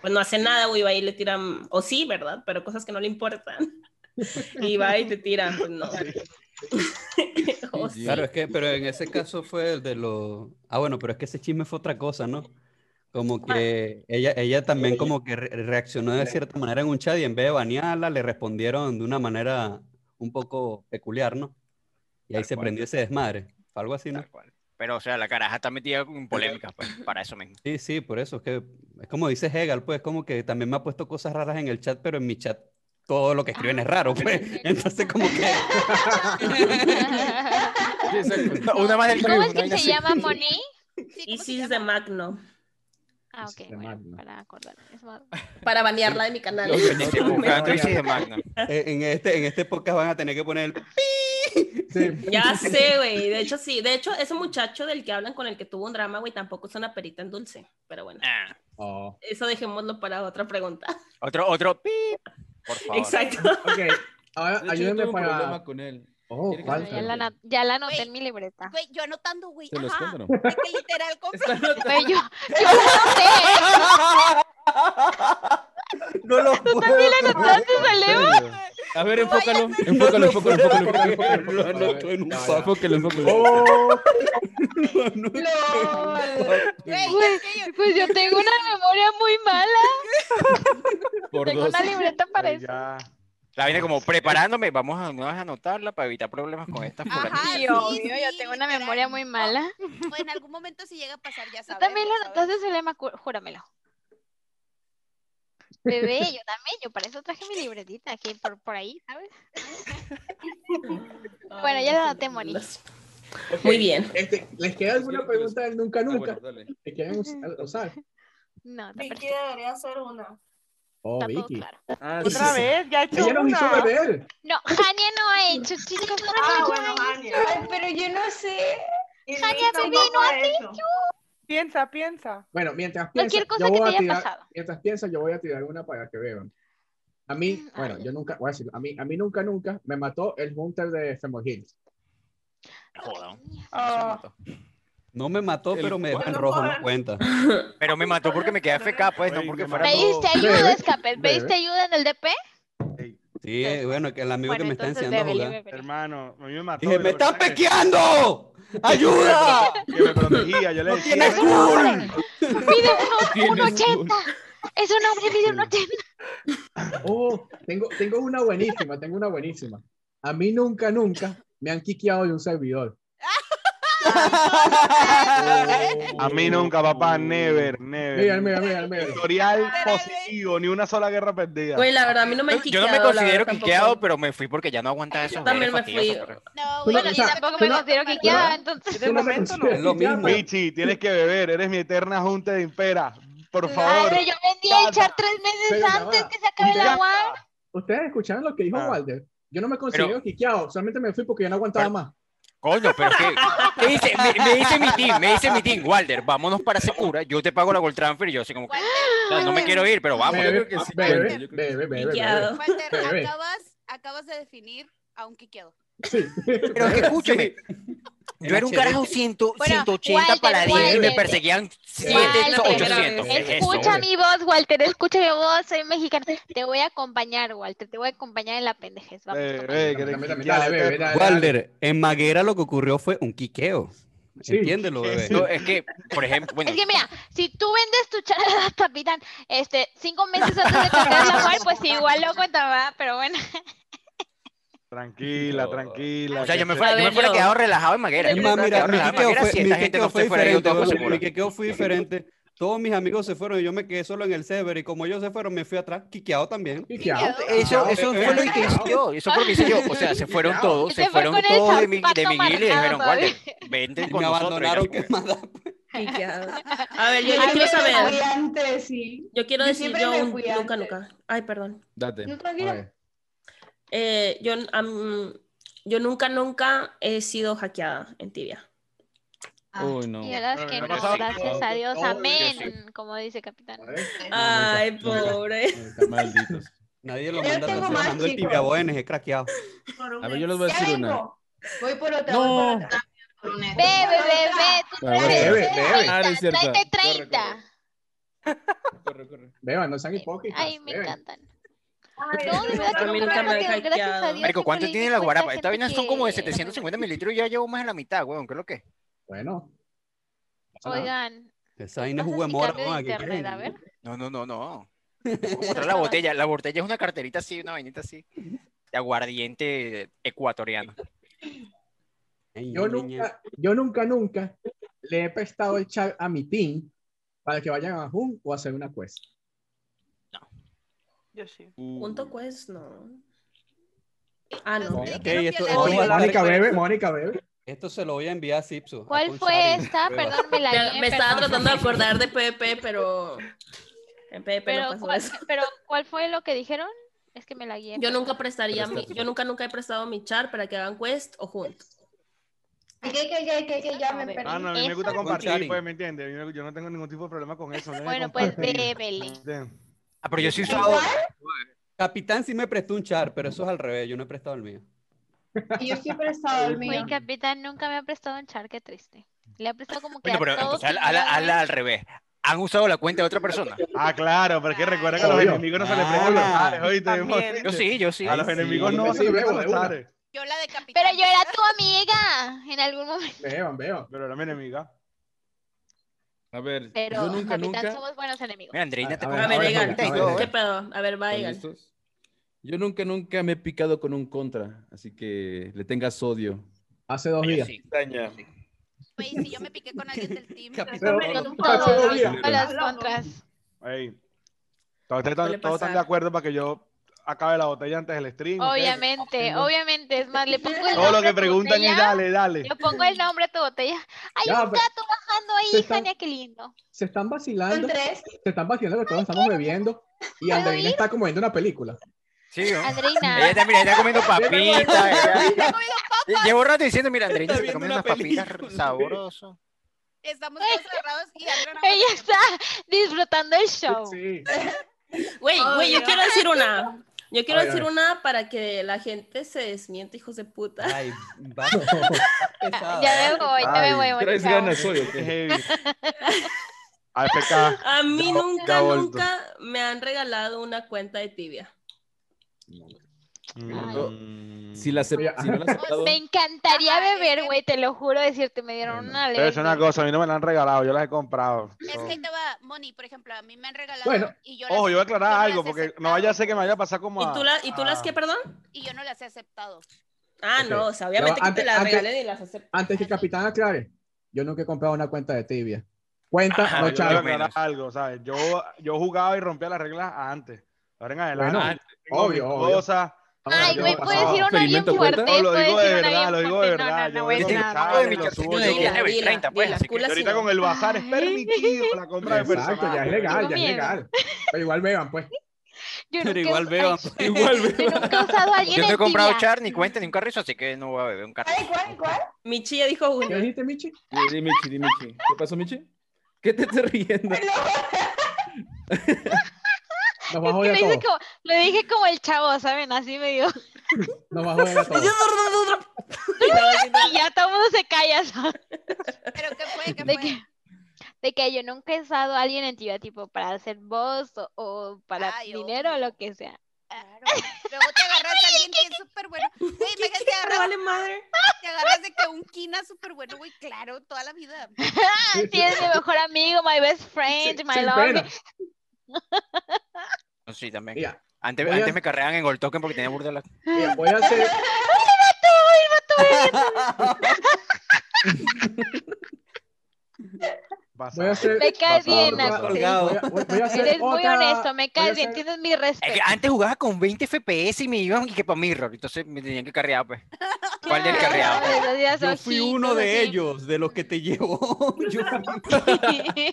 pues no hace nada, güey, va y le tiran, o sí, ¿verdad? Pero cosas que no le importan. Y va y te tiran, pues no. *laughs* O sí.
Claro, es que, pero en ese caso fue el de los. Ah, bueno, pero es que ese chisme fue otra cosa, ¿no? Como
Ah.
que ella, ella también como que re- reaccionó de cierta manera en un chat y en vez de banearla, le respondieron de una manera un poco peculiar, ¿no? Y ahí
Tal
se
cual.
prendió ese desmadre. Fue Algo así, ¿no?
Pero, o sea, la caraja está metida en polémicas, pues, para eso
*laughs*
mismo.
Sí, sí, por eso es que es como dice Hegel, pues como que también me ha puesto cosas raras en el chat, pero en mi chat todo lo que escriben
Ah.
es raro, pues. *laughs* Entonces como que
una más del
¿Cómo es que se llama Moni?
Isis de Magno,
Ah, ok, bueno, para acordarme. Es Magno.
para banearla de mi canal.
Estoy buscando y sí de Magna.
eh, en este, en este podcast van a tener que poner el...
Ya sé, güey, de hecho sí, de hecho ese muchacho del que hablan con el que tuvo un drama, güey, tampoco es una perita en dulce, pero bueno,
Ah,
Oh.
eso dejémoslo para otra pregunta. *laughs*
Otro, otro pi, por favor.
Exacto.
Ok, ahora
De hecho, yo
ayúdenme
tuve un
para.
problema con él.
Oh,
Tiene que
¿cuál?
Ya
ser
la,
Espérate.
ana- ya la anoté en mi libreta.
Güey, yo anotando, güey.
¿Se lo
Ajá.
escondo o no?
Es que
*laughs*
literal compré.
Güey, yo, *laughs* yo la
No lo
anoté. ¿Tú también la
*laughs*
anotaste, Salema?
A ver, enfócalo.
No
Enfócalo,
lo
enfócalo,
puedo
enfócalo, enfócalo,
creer,
enfócalo.
lo
*laughs*
anoto en un
Ya, ya.
saco.
Enfócalo, enfócalo.
Oh,
*laughs*
Güey,
Güey,
es que yo-
pues yo tengo una memoria muy mala.
Por
Tengo
dos.
una libreta para eso.
Ya.
La viene como preparándome, vamos a, no vas a anotarla para evitar problemas con esta fulanita.
Ajá,
Sí, obvio, yo tengo una
literal.
memoria muy mala.
O en algún momento si llega a pasar, ya
Tú
sabes.
también la
ya sabes.
anotaste, Selema, cu- júramelo. Bebé, yo también, yo para eso traje mi libretita que por, por ahí, *laughs* ¿sabes? bueno, ya la noté, Moni.
Ok, este, ¿Les queda alguna pregunta del nunca
Ah,
nunca? ¿Les quieren us- usar?
No,
Vicky debería hacer una.
Oh, Vicky.
Otra vez, ya he hecho
Ella nos hizo
una.
beber.
No, Jania no ha hecho, chicos, no
Ah,
ha
bueno,
hecho.
Jania.
Ay, pero yo no sé.
Y
Jania,
Vicky
bebé,
tampoco
no
ha
has
hecho.
hecho.
Piensa, piensa.
Bueno, mientras piensas,
Cualquier cosa
yo
que
voy
te
a
haya
tirar,
pasado.
mientras piensas, yo voy a tirar una para que beban. A
Mm,
mí, bueno, yo nunca, voy a decir, a mí, a mí nunca, nunca me mató el Hunter de Femor Hills.
Joda.
Ah,
Ah.
Oh.
No me mató, pero me dejó en rojo, no cuenta.
Pero me mató porque me quedé FK, pues, no porque fuera
¿Pediste
todo.
ayuda,
Bebé,
escape? ¿Pediste
bebé.
ayuda en el DP?
Sí, bueno, que el amigo
Bueno,
que me está
entonces
enseñando a
bébele,
jugar.
bébele.
Hermano, a mí me mató.
Dije,
y
¡me
lo
estás
verdad es
pequeando! ¡Ayuda!
Que me protegía, yo le
¡No
decía.
tienes cool!
Mide
Tienes
un, un 80. Es un hombre, mide un 80.
Oh, tengo, tengo una
*laughs*
buenísima, tengo una buenísima. A mí nunca, nunca me han quiqueado de un servidor.
Oh.
A mí nunca, papá, never, never.
Mira, mira, mira, mira.
Historial positivo, ni una sola guerra perdida.
Güey, la verdad, a mí no me han
Yo no me
quiqueado, la
considero
verdad, tampoco.
quiqueado,
*laughs*
pero me fui porque ya no aguantaba esos
Yo también
deberes
me fui.
fastidiosos, pero-
Tú no-
Bueno,
o
yo
sea,
tampoco
tú
me
no-
considero que
tú no-
quiera, entonces.
tú no te consideras
Es lo
quiqueado.
mismo.
Michi, tienes que beber, eres mi eterna junta de impera. Por
Ay,
favor.
pero yo vendí
Nada.
el char tres meses
Pero ya
antes
va.
que se acabe
Ya
la WAN.
Ustedes escucharon lo que dijo
Ah.
Walder. Yo no me considero
Pero-
quiqueado, solamente me fui porque ya no aguantaba
Pero-
más.
Coño, pero es que. ¿Qué dice? Me, me dice mi team, me dice mi team, Walder, vámonos para Secura, yo te pago la Gold Transfer y yo así como que. o sea, no me quiero ir, pero vamos.
Bebe,
que sí
bebe,
cuenta, yo creo que
bebe,
sí.
bebe, bebe.
Quiqueado.
*laughs*
Walter,
Bebé.
acabas, acabas de definir a un quiqueado.
Sí.
*laughs*
Pero es que escúchame. Yo era un carajo 100,
Bueno,
180
Walter,
paladín y me
Walter.
perseguían 7,
Walter,
800. ¿Qué es eso,
Escucha
hombre?
mi voz, Walter, escucha mi voz, soy mexicana. Te voy a acompañar, Walter, te voy a acompañar en la pendejez. Vamos,
Bebé,
toma.
que eres
Dame, dame,
quiqueado,
dale, bebe, dale.
Walder, en Maguera lo que ocurrió fue un quiqueo.
Sí.
Entiéndelo, bebé.
No, es que, por ejemplo, bueno,
Es que mira, si tú vendes tu charla, capitán, este, cinco meses antes de que acabe la WAN, pues igual lo cuenta, ¿verdad? Pero bueno.
Tranquila,
No.
tranquila.
o sea,
que
yo me
se-
fuera,
A
yo me
ver,
fuera
yo-
quedado relajado en Maguera.
Es
Yo me
más,
fuera
mira,
quedado
mi
relajado en
quiqueo
Maguera
fue,
si
mi
esta gente
quiqueo
no
fue
se fuera yo
diferente.
todo por
bro. Mi
seguro.
quiqueo fue diferente. Todos mis amigos se fueron y yo me quedé solo en el server. Y como ellos se fueron, me fui atrás, quiqueado también.
Quiqueado.
Eso,
Ah,
eso
bebé,
fue lo que hice
quiqueado.
yo, eso fue lo que hice yo. O sea, se
*laughs*
fueron todos,
Eh, Se
se
fue
fueron
con el
todos de mi, de
zapato
mi guild y
marcado
dijeron,
todavía.
Walter, vente
Y
con
me
nosotros. Y yo
*laughs* abandonaron,
así como
¿qué
que-
más da?
Quiqueado. A ver, yo, yo
Ay,
quiero
me fui
saber.
antes, sí.
Yo quiero
Yo
decir
siempre
yo
me
un-
fui
nunca,
antes.
nunca. Ay, perdón.
Date.
Nunca
A
había-
ver.
Eh, yo, am, yo nunca, nunca he sido hackeada en tibia.
Uy, no.
Y verdad
Pero
que
no
no,
pasaba.
gracias a Dios,
No,
amén, como dice capitán.
A ver.
Ay, pobre.
Malditos.
Nadie lo
Yo
manda
tengo
atrás,
más,
bajando el
chicos.
tibia boy, NG craqueado.
Por un
A ver, yo
ex.
les voy a
Ya
decir una.
vengo. Voy por otra.
No.
voy por otra.
Por un ex.
Bebe, bebe, tú
Ah, bueno.
traes
Bebe, bebe.
Ah, no es
30,
cierto.
tráete
Corre,
30.
Corre, corre.
Beban, no sean hipócritas.
Ay, me
beban.
encantan.
Ay,
No, de verdad
A
que
mí
no,
nunca
pero
me han
que gracias a Dios.
hackeado.
Marico,
siempre
¿cuánto
le
tiene
di
la
cuenta a
guarapa? Estas
gente
vainas son como de
que-
750 mililitros y ya llevo más de la mitad, weón. ¿Qué es lo que?
Bueno.
Oigan,
Esa vaina es
pasa
jugo de
si
mora,
cambio de
¿no? eh, ¿Qué
internet,
creen?
a ver.
No, no, no, no. Vamos a mostrar la botella. La botella es una carterita así, una vainita así. De aguardiente ecuatoriano.
Ay,
Yo
eh, niña.
nunca, yo nunca, nunca le he prestado el chat a mi team para que vayan a Jun o a hacer una quest.
Yo sí.
Uh.
Punto quest, no. Ah, no.
Ok,
Los que no
esto-
pierden
esto
el
va a estar-
Mónica bebe, Mónica bebe.
Esto se lo voy a enviar a Zipso. a
¿Cuál
Coach
fue
Ari,
esta?
prueba.
Perdón, me la
Ya,
lié,
me estaba
perdón.
tratando de acordar de PvP, pero en PvP no
Pero,
pasó
¿cuál,
eso.
pero ¿cuál fue lo que dijeron? Es que me la guié.
Yo nunca prestaría, mi-
Prestaste.
yo nunca, nunca he prestado mi char para que hagan quest o juntos.
Que, que, que, que, que ya me perdí.
Ah, no, a mí me
Eso.
gusta compartir,
Concharín.
pues, ¿me entiendes? Yo no- Yo no tengo ningún tipo de problema con eso. déjame
Bueno, pues
compartir.
bébele.
Ah, pero yo sí usaba.
Igual,
Capitán sí me prestó un char, pero eso es al revés. Yo no he prestado el mío.
yo sí he prestado el
*laughs*
mío.
Oye, capitán, nunca me ha prestado un char, qué triste. Le ha prestado como que
Bueno, pero
a todos.
entonces hazla- hazla- hazla al revés. ¿Han usado la cuenta de otra persona?
Ah, claro, porque recuerda que a los
Obvio.
enemigos no se les
Ah.
prestan los zares, ¿oíste?
También.
Yo sí, yo sí.
A los
Ay, sí.
enemigos no
Sí,
se les prestan
bebo,
los
de una.
zares.
Yo la de capitán.
Pero yo era tu amiga en algún momento.
Beban, beban.
Pero era mi enemiga.
A ver,
Pero,
yo nunca,
capitán,
nunca.
somos buenos enemigos.
Mira, Andreina está
A
con
A ver,
ahora
Egan,
Jun, ahora
¿eh?
¿qué
Jun.
pedo? A ver, va,
¿están
Egan.
listos? Yo nunca, nunca me he picado con un contra, así que le tengas odio.
Hace dos
Yo
días.
sí.
Güey, si yo me piqué
*laughs*
con alguien del team.
Capitán.
Pero-
Pero-
Hace dos
Todos
días.
con las contras.
Ey, Todos, ustedes están-
Suele
todos están de
pasar.
acuerdo para que yo acabe la botella antes del stream. ¿ok?
Obviamente,
Todo
obviamente, es más, le pongo el
lo
nombre
que
a tu
preguntan es
botella,
dale, dale.
le pongo el nombre a tu botella. Hay
Ya,
un
pero-
gato bajando
Se
ahí,
están-
Jania, qué lindo.
Se están vacilando.
Son tres.
Se están vacilando que todos estamos bebiendo. Y
¿Puedo
Andreina
ir?
está como viendo una película.
Sí, ¿no?
Andreina.
Ella está, mira, está comiendo papitas.
Está
Llevo un rato diciendo, mira, Andreina, se está comiendo unas papitas sabroso.
Estamos todos cerrados y Andrea nada más-
Ella está disfrutando el show.
Güey, güey, yo
Obvio.
quiero decir una. Yo quiero
A ver,
decir
a ver.
una para que la gente se desmiente, hijos de puta.
Ay, va. *laughs*
Ya me voy, ya me voy, bueno,
Traes
chao.
ganas hoy, ¿o
Qué
qué?
este heavy. *laughs* AFK.
A mí
Ya-
nunca,
ya vuelto.
nunca me han regalado una cuenta de tibia.
Mm. Si la acep- si no la aceptado.
Me encantaría beber, güey, te lo juro decirte, me dieron una
Pero es
alergia.
una cosa, a mí no me la han regalado, yo las he comprado.
Es
So-
que ahí te va, Moni, por ejemplo, a mí me han regalado
Bueno,
y yo
ojo,
las-
yo voy a aclarar
yo no
algo,
las he
porque no vaya a ser que me vaya a pasar como a...
¿Y tú, la- y tú las
a-
que, perdón?
Y yo no las he aceptado.
Ah,
Ok.
no, o sea,
Ya
obviamente
va,
que te
antes-
las
antes-
regalen y las acepten.
Antes que Capitán aclare, yo nunca he comprado una cuenta de tibia. Cuenta,
Ajá,
no
yo quiero
chavo.
aclarar algo, ¿sabes? Yo, yo jugaba y rompía las reglas antes. Ahora en adelante.
Bueno,
tengo
obvio,
mis
obio.
cosas.
Ay,
Yo
güey,
he
puedes
Ah,
pasado-
decir una bien
¿Experimento cuenta?
fuerte,
No, lo
puedes
digo de
decir una
verdad,
bien
lo digo de
fuerte. No,
verdad.
no,
yo
Pues
no, voy a
vengo
decir
con
nada.
cable,
de mi
lo
cartita
subo
de
yo.
Dila,
dila,
30, pues,
dila,
así que
culas
Ahorita
sí.
con el bazar es permitido la compra de personas.
Exacto, ya es legal, ya es
miedo.
legal. Pero igual beban, pues.
Yo
Pero
nunca he
igual
us-
veo.
Ay, Yo nunca he usado a alguien
Yo no he
en
comprado
tibia.
char, ni cuenta, ni un carrizo, así que no voy a beber un carrizo.
¿Cuál, cuál?
Michi ya dijo
¿Qué
una.
dijiste, Michi?
Di Michi, di Michi. ¿Qué pasó, Michi? ¿Qué te estás riendo?
Nos va a
Lo
joder a
hice
todos.
como- lo dije como el chavo, ¿saben? Así me dio.
Nos va a joder a todos.
*laughs* Y ya todo el mundo se calla, *laughs* ¿sabes?
¿Pero qué fue? ¿Qué
*laughs* De
fue?
que, de que yo nunca he usado a alguien en tibia, tipo, para hacer voz o, o para
Ay,
dinero o
obvio.
lo que sea.
Claro. Luego te agarras a alguien que es súper bueno.
*laughs*
Güey, imagínate, te agarras,
vale madre?
te agarras de que un Kina súper bueno, güey, claro, toda la vida.
Sí, es mi mejor amigo, my best friend,
Sin-
my
sin
love.
pena.
No, Sí, también.
Mira,
Antes,
Voy a-
antes me carreaban en Gold Token porque tenía *laughs* burda la...
mira, voy a hacer. Voy a hacer.
Me caes
Basado,
bien,
basado.
Axel.
Colgado.
Voy a, voy- voy a hacer
*laughs* Eres muy
otra-
honesto, me
voy a
caes bien,
hacer-
tienes mi
Es que
respeto.
antes jugaba con 20 FPS y me iban y que para mirror, entonces me tenían que carrear, *laughs* pues. ¿Cuál del carreado?
Ay, los días
Yo fui
ojitos,
uno de
así. *laughs*
ellos, de los que te llevó. *laughs* Yo fui-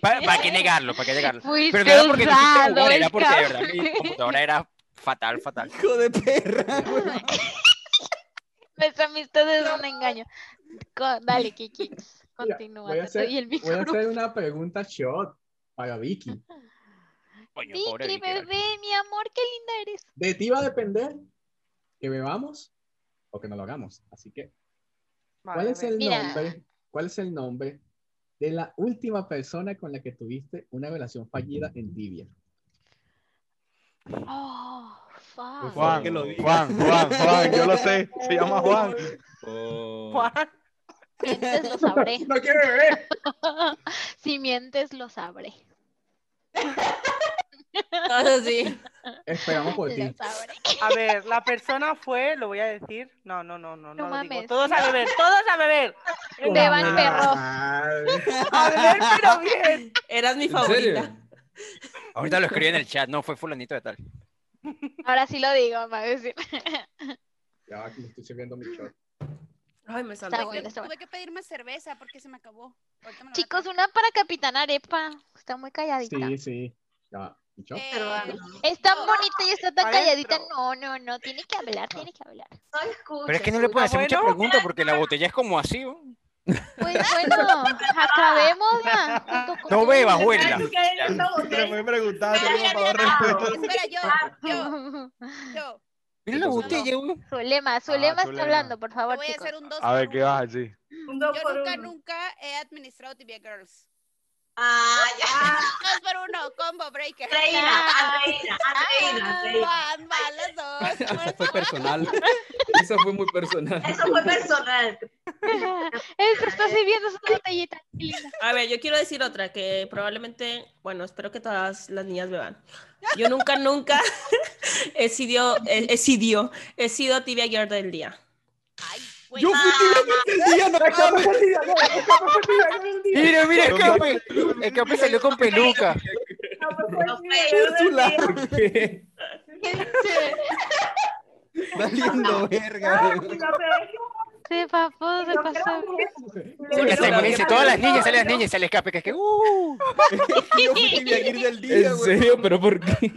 *laughs*
¿Para, qué negarlo? ¿Para qué negarlo?
Fuiste
Pero no era porque no quisiera
usado,
jugar, era
el
porque de verdad
cabrón.
mi computadora era fatal, fatal.
hijo de perra. güey.
Nuestra amistad es un engaño. Co- dale,
*laughs*
Kiki.
Mira,
Continúa.
voy a
te
hacer,
doy el
voy a
micrófono.
hacer una pregunta shot para Vicky.
Coño, pobre
Vicky,
Vicky, vale.
bebé, mi amor, qué linda eres.
De ti va a depender que bebamos o que no lo hagamos. Así que, ¿cuál es el
Mira.
nombre? ¿Cuál es el nombre de la última persona con la que tuviste una relación fallida en Tibia?
Oh, fuck.
Juan,
Que lo diga.
Juan, Juan, Juan, yo lo sé, se llama Juan.
Oh.
Mientes, lo sabré.
*laughs* No quiero beber.
*laughs* si mientes, lo sabré.
*laughs* Todo Ah, sí.
Esperamos
*laughs*
por
Lo
ti.
sabré.
A ver, la persona fue, lo voy a decir. No, no, no, no, no, lo digo.
mames.
Todos a beber, todos a beber.
Beban perro.
*laughs* A beber, pero bien.
Eras mi
¿En serio? *laughs*
favorita.
Ahorita lo escribí en el chat, no, fue fulanito de tal.
Ahora sí lo digo, me va a decir.
Ya, aquí me estoy sirviendo mi shot.
Ay, me salta.
Está
Tuve
bueno,
que-
está bueno.
Tuve que pedirme cerveza porque se me acabó. Ahorita me la voy a
Chicos,
tomar.
una para Capitán Arepa. Está muy calladita.
Sí, sí. Ya, va, mi shot.
Eh,
Peruano.
Es tan bonita y ah, está tan
Adentro.
calladita. No, no, no. Tiene que hablar, tiene que hablar.
No escucho.
Pero es que no le puedo
Ah,
hacer muchas
bueno.
preguntas porque la botella es como así, ¿no?
*laughs* Pues bueno, acabemos ya. junto con
No
todo. *laughs*
beba, huela.
Tú que eres una
Pero
botella.
me preguntaste,
Espera,
tengo para dar
espera,
respuesta.
espera, yo,
Ah,
yo, yo.
Mira la botella, güey.
Zulema,
Ah,
Zulema está
Zulema.
hablando, por
Te
favor,
voy a
chicos. *laughs*
hacer un dos
A ver,
por
¿qué
uno.
vas a decir?
Un dos
Yo
por
nunca,
uno.
nunca he administrado Tibia Girls.
Ah, ya.
Dos por uno, combo breaker.
Andreina, Andreina, Andreina, Andreina.
Van, van las dos.
*laughs* Esa fue personal.
Esa fue muy personal.
Eso fue personal.
Él está sirviendo *laughs* su botellita. qué linda.
A ver, yo quiero decir otra que probablemente, bueno, espero que todas las niñas beban. Yo nunca, nunca *laughs* he sido, he, he sido, he sido tibia girl del día.
Ay, güey.
Yo fui tibia del día, no mames.
Mira, mira, escape. Escape salió con peluca.
pues,
Valiendo verga.
pues,
güey.
*laughs*
Se papó, se pasó.
Ya está, me dice, todas las niñas, salen las niñas, sale escape, que es que, uh.
*laughs* Yo fui mi Aguirre del
*laughs*
día,
¿En
güey.
serio? ¿Pero por qué?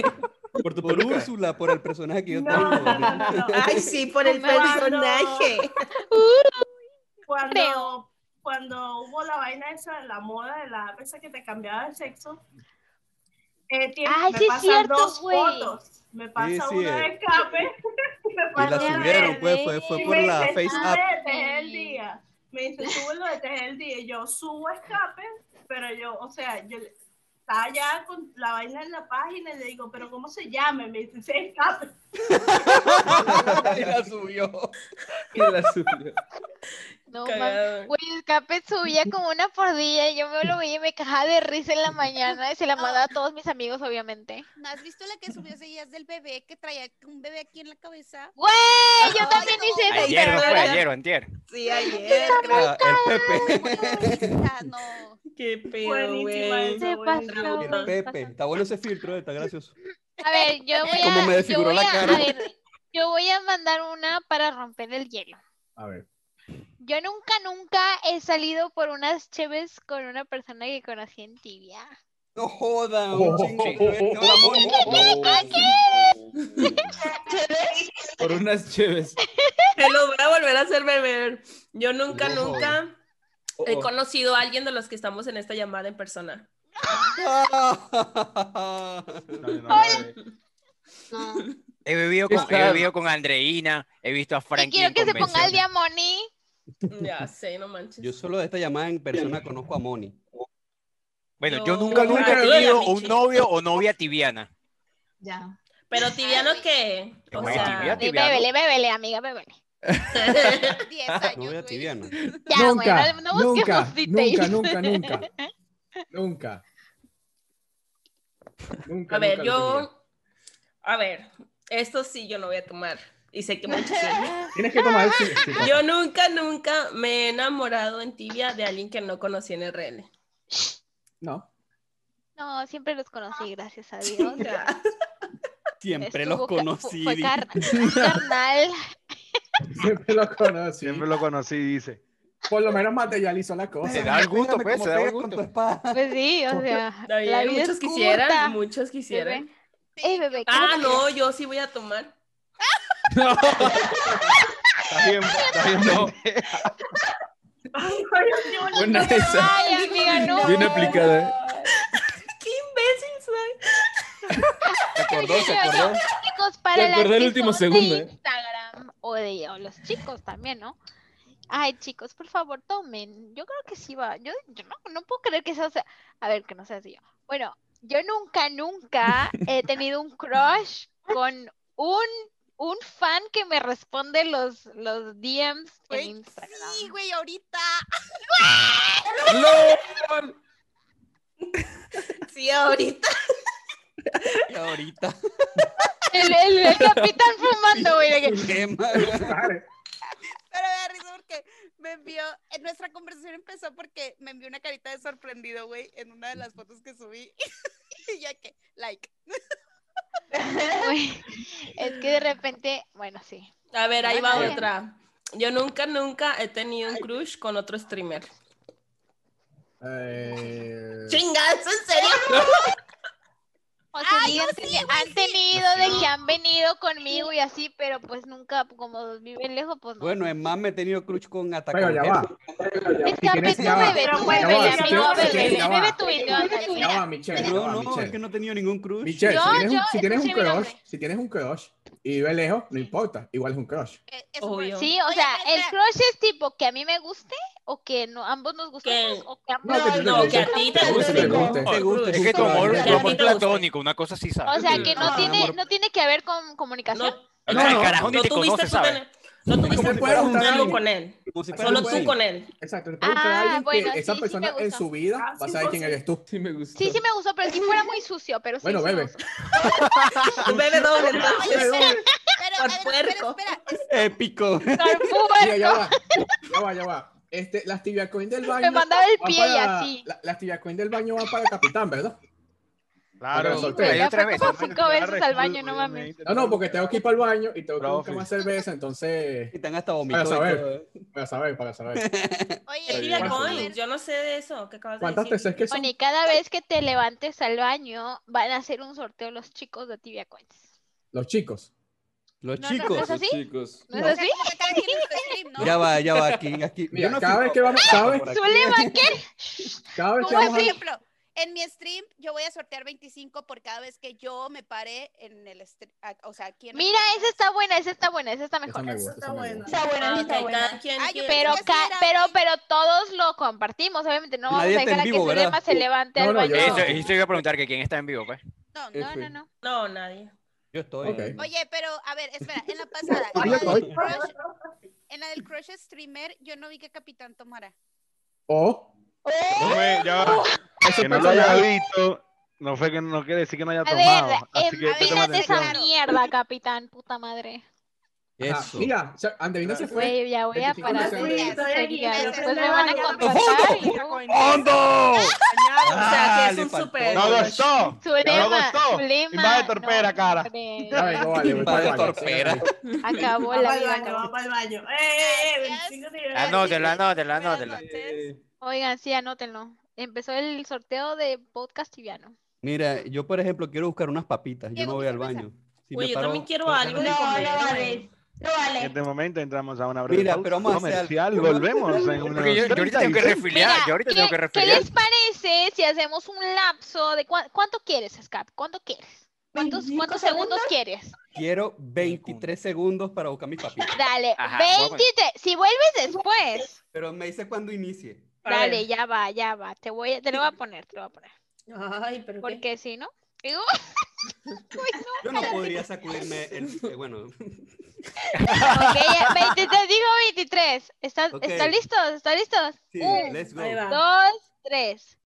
Por, Úrsula, por el personaje que yo tengo.
Ay, sí, por el
Cuando-
personaje.
Cuando, cuando hubo la vaina esa de la moda de la app esa que te cambiaba de sexo, eh, tiene-
Ay,
me
sí es
pasan
cierto,
dos
güey.
fotos. Me pasa
sí
una
es.
de escape. *laughs* me
Y la
pasa una
subieron,
de-
pues, fue, fue
Y
por
me
la
dice,
Face
"Sube
App.
de Tejer el día. Me dice, sube lo de Tejer el día. Y Yo subo escape, pero yo, o sea, yo le- estaba ya con la vaina en la página y le digo, pero ¿cómo se llama? Y me dice, "Sí, escape.
*laughs*
Y la subió.
Y la subió.
No,
Cagado.
mames. Güey, escape subía como una por día y yo me lo veía y me cajaba de risa *laughs* en la mañana y se la mandaba a todos mis amigos, obviamente. *laughs*
¿No has visto la que subió hace días del bebé que traía un bebé aquí en la cabeza?
¡Güey! Yo también
no.
hice eso.
Ayer, no fue ayer, o antier.
Sí, ayer.
Ah, el *laughs* Pepe.
*laughs*
Qué pedo,
Buenísima
güey.
esa,
Se
buenísima.
pasó.
El Pepe. Está bueno ese filtro, eh, está gracioso.
A ver, yo *laughs* voy a.
pues. Cómo me
yo
desfiguró
voy
la
a-
cara.
a ver, yo voy a mandar una para romper el hielo.
A ver.
Yo nunca, nunca he salido por unas cheves con una persona que conocí en tibia.
No joda,
*laughs*
un chingo.
Sí.
de verga, una mona.
Por unas chéves.
Te lo voy a volver a hacer beber. Yo nunca,
No.
nunca
Oh,
he
oh.
conocido a alguien de los que estamos en esta llamada en persona.
No.
He bebido con, he
Está-
bebido con Andreina, he visto a
Y
Frankie
quiero
en
que se ponga el
convenciones.
día Moni.
Ya sé, no *laughs* manches.
Yo solo de esta llamada en persona conozco a Moni.
Bueno, yo
Yo-
nunca,
Yo
nunca he
nunca.
bebido
Yo-
un novio o novia tibiana.
Ya.
Pero tibiano qué? O
Güey,
sea,
tibiano.
Ey,
tibiano.
Bébele, bébele, amiga, bébele.
*laughs*
10 años.
Ah, Novia
güey.
tibiana.
Ya, güey,
nunca,
no, no
nunca,
busquemos
nunca,
detalles.
nunca, nunca,
*laughs*
nunca. Nunca,
a ver,
nunca lo tenía.
yo. A ver, esto sí yo no voy a tomar. Y sé que muchos sí.
*laughs*
Tienes que tomar el sí, sí, papá.
Yo nunca, nunca me he enamorado en tibia de alguien que no conocí en RL.
No.
No, siempre los conocí, gracias a Dios.
Siempre
Estuvo
los
ca-
conocí.
Fue, fue
dije.
car- carnal.
Siempre lo conocí.
Siempre lo conocí, dice.
Por lo menos materializó la cosa.
Se da el gusto,
Pégame
pues,
como
se da el
pegas con tu
gusto.
espada.
Pues sí, o sea,
David,
la vida
muchos
es
quisieran,
corta.
muchos quisieran.
Bebé. Ey, bebé,
Ah,
¿qué
no, yo sí voy a
*laughs*
tomar.
Está bien, está bien.
*laughs*
Ay, Dios mío,
Buena esa.
Ay, amiga, no.
Bien aplicada. ¿eh?
¡Qué imbécil soy!
¿Se acordó? ¿Se acordó?
Chicos, para
Te
las
acordé el
que
último
son de
segundo, ¿eh?
Instagram o de o los chicos también, ¿no? Ay, chicos, por favor, tomen. Yo creo que sí va. Yo, yo no, no puedo creer que sea, o sea, a ver, que no sea así yo. Bueno, yo nunca, nunca
*laughs*
he tenido un crush con un, un fan que me responde los, los DMs en
Güey,
Instagram.
Sí, güey, ahorita.
Sí, ahorita.
Y ahorita.
El, el- el capitán fumando, güey. de
*laughs*
que-
Tema.
Vale.
Pero me da risa porque me envió. en Nuestra conversación empezó porque me envió una carita de sorprendido, güey, en una de las fotos que subí. *laughs* y ya que, like.
Güey, Es que de repente, bueno, sí.
A ver, ahí va
Bueno.
otra. Yo nunca, nunca he tenido un crush con otro streamer.
Eh,
Chinga, ¿eso en serio?
O sea,
Ay,
digan
Ah, yo
que
sí,
le-
güey,
han
sí.
tenido de que han venido conmigo y así, pero pues nunca, como viven lejos, pues no.
Bueno, en más me he tenido crush con
Pero ya va.
atacante.
es que
si
apenas
tienes- ya va. este,
bebé,
Pero
tú
pues,
bebé,
ya va,
amigo,
ya va,
bebé,
ya va.
bebé tu video, ándale,
Ya
mira.
va, Michelle. ya
No,
va,
no,
Michelle.
es que no he tenido ningún crush.
Michelle,
Yo-
si tienes, un,
yo
si tienes
escuché
un
mi
crush,
nombre.
si tienes un crush y vive lejos, no importa, igual es un crush.
Eh, eso fue.
Obvio.
Sí, o
Oye,
sea,
espera,
el crush es tipo que a mí me guste o que no, ambos nos gustemos o que ambos
No, que tú te
No,
guste.
que a ti te
Que
guste.
te guste.
Te gusta,
Es que
gusta,
tu amor,
¿verdad?
tu
Ya,
amor
ni te gusta.
platónico, una cosa así,
O
¿sabes?
sea, que no
Ah,
tiene,
amor.
no tiene que ver con comunicación.
No,
O sea, el
Ah, no,
carajo ni
no
te
tuviste
conoce,
tú
¿sabes?
con él. No
Como
tuviste
si
tú
fuera un
algo
alguien.
con él.
Como si fuera
Solo
un
tú
güey.
con él.
Exacto, te puede gustar
Ah,
alguien
bueno,
que
sí,
esa
sí me
persona en
gusta.
su vida
Ah,
va a
sí,
saber
pues,
quién
sí.
eres tú.
Sí me gustó.
Sí, sí me gustó, pero si fuera muy sucio, pero sí,
Bueno,
sí me
bebe. *laughs*
gustó.
Bebe doble, entonces.
Oye, espera, pero,
Por
a ver, espera,
puerco.
espera. Es-
Épico. *laughs*
Mira, ya va, ya va, ya va. Este, la tibia coin del baño.
mandaba el
va
pie y
para-
así.
La, la tibia coin del baño va para capitán, ¿verdad?
Claro,
Pero
soltero.
soltero.
Ya fue como cinco veces al baño, no mames.
No, no, porque tengo que ir para el baño y tengo que buscar
Profe.
más cerveza, entonces.
Y están hasta
Para
vomitados y todo,
saber, para saber, para saber.
Oye, mira, Connie, yo no sé de eso que acabas de
¿Cuántas
decir.
veces que son?
Bueno, y cada vez que te levantes al baño, van a hacer un sorteo los chicos de Tibia Coins.
Los chicos.
Los
No, no, chicos. ¿no es así?
chicos.
¿No es así?
Ya va, ya va, aquí, aquí.
Mira,
Yo no
cada
fui-
vez que vamos, cada vez,
Zulema, ¿qué?
Ah, cada vez que
Como
vamos
por
a-
ejemplo, en mi stream yo voy a sortear 25 por cada vez que yo me pare en el stream. O sea, aquí en el
Mira, esa está buena, esa está buena, esa está mejor.
me gusta, esa me gusta.
Está buena,
Ah,
esa está
ok,
buena.
cada quien quiere.
Pero, ca- pero, pero todos lo compartimos, obviamente. No vamos
Nadie
a
está
dejar a
en
que
vivo,
Zulema
¿verdad?
se levante
No,
al
no,
baño.
yo te iba a preguntar que quién está en vivo, pues.
No,
Eh.
F.
no, no, no.
No, nadie.
Yo estoy.
Ok.
Oye, pero a ver, espera, en la pasada,
Ah,
en
yo
la,
estoy.
del crush, en la del crush streamer, yo no vi que Capitán tomara.
O.
No fue-
*laughs*
ya va.
Eso
que no lo
personal.
haya visto, no fue que no quiere decir que no haya
A
tomado.
ver,
así que este
empieza
presta atención.
esa mierda, capitán, puta madre.
Ajá,
Eso.
Ah, Mira, o sea, Andreina se fue.
Güey, ya voy a
25
parar
personas.
de seria.
pero
Después
no
me van a
vaya.
contratar. y no.
¡Hondo!
Ah, o sea, que
le
es un
faltó.
super.
¡No gustó! ¡No
Zulema,
gustó!
Zulema,
Invade torpera,
no,
cara.
hombre.
Ya vengo, vale, voy para el baño.
Torpera.
Acabó
Va
la
para el
vida.
baño, va para el baño. ¡Eh, eh, eh! 25 niveles.
Anótela, anótela, anótela.
eh,
Oigan, sí, anótenlo. Empezó el sorteo de podcast tibiano.
Mira, yo por ejemplo quiero buscar unas papitas, yo
Diego,
no voy
¿qué
al
cerveza?
baño. Si
Oye,
me
yo
paro-
también quiero
por
algo de
cada-
No,
comer.
no vale. No
En
vale.
este momento entramos a una breve
Mira,
pausa
pero vamos a hacer
comercial.
algo.
Volvemos en unos
Porque yo, yo ahorita tengo que
36.
refiliar,
Mira,
yo ahorita
¿qué,
tengo que
qué
refiliar.
les parece si hacemos un lapso de cua- cuánto quieres, Scap? ¿Cuánto quieres? ¿Cuántos,
¿25
cuántos segundos quieres?
Quiero 23 segundos para buscar mis papitas.
Dale,
Ajá, voy a poner-
23. Si vuelves después,
Pero me dice cuando inicie.
A
dale,
ver.
ya va, ya va. Te voy, a- te lo voy a poner, te lo voy a poner.
Ay, pero. qué-
Porque si no, uh, digo,
*laughs*
Yo no podría sacudirme el. eh, Bueno,
ok,
*laughs*
ya, 23, digo 23. ¿Estás,
Ok.
¿Están listos? ¿Están listos?
sí,
Un,
let's go.
Ahí va.
dos, tres.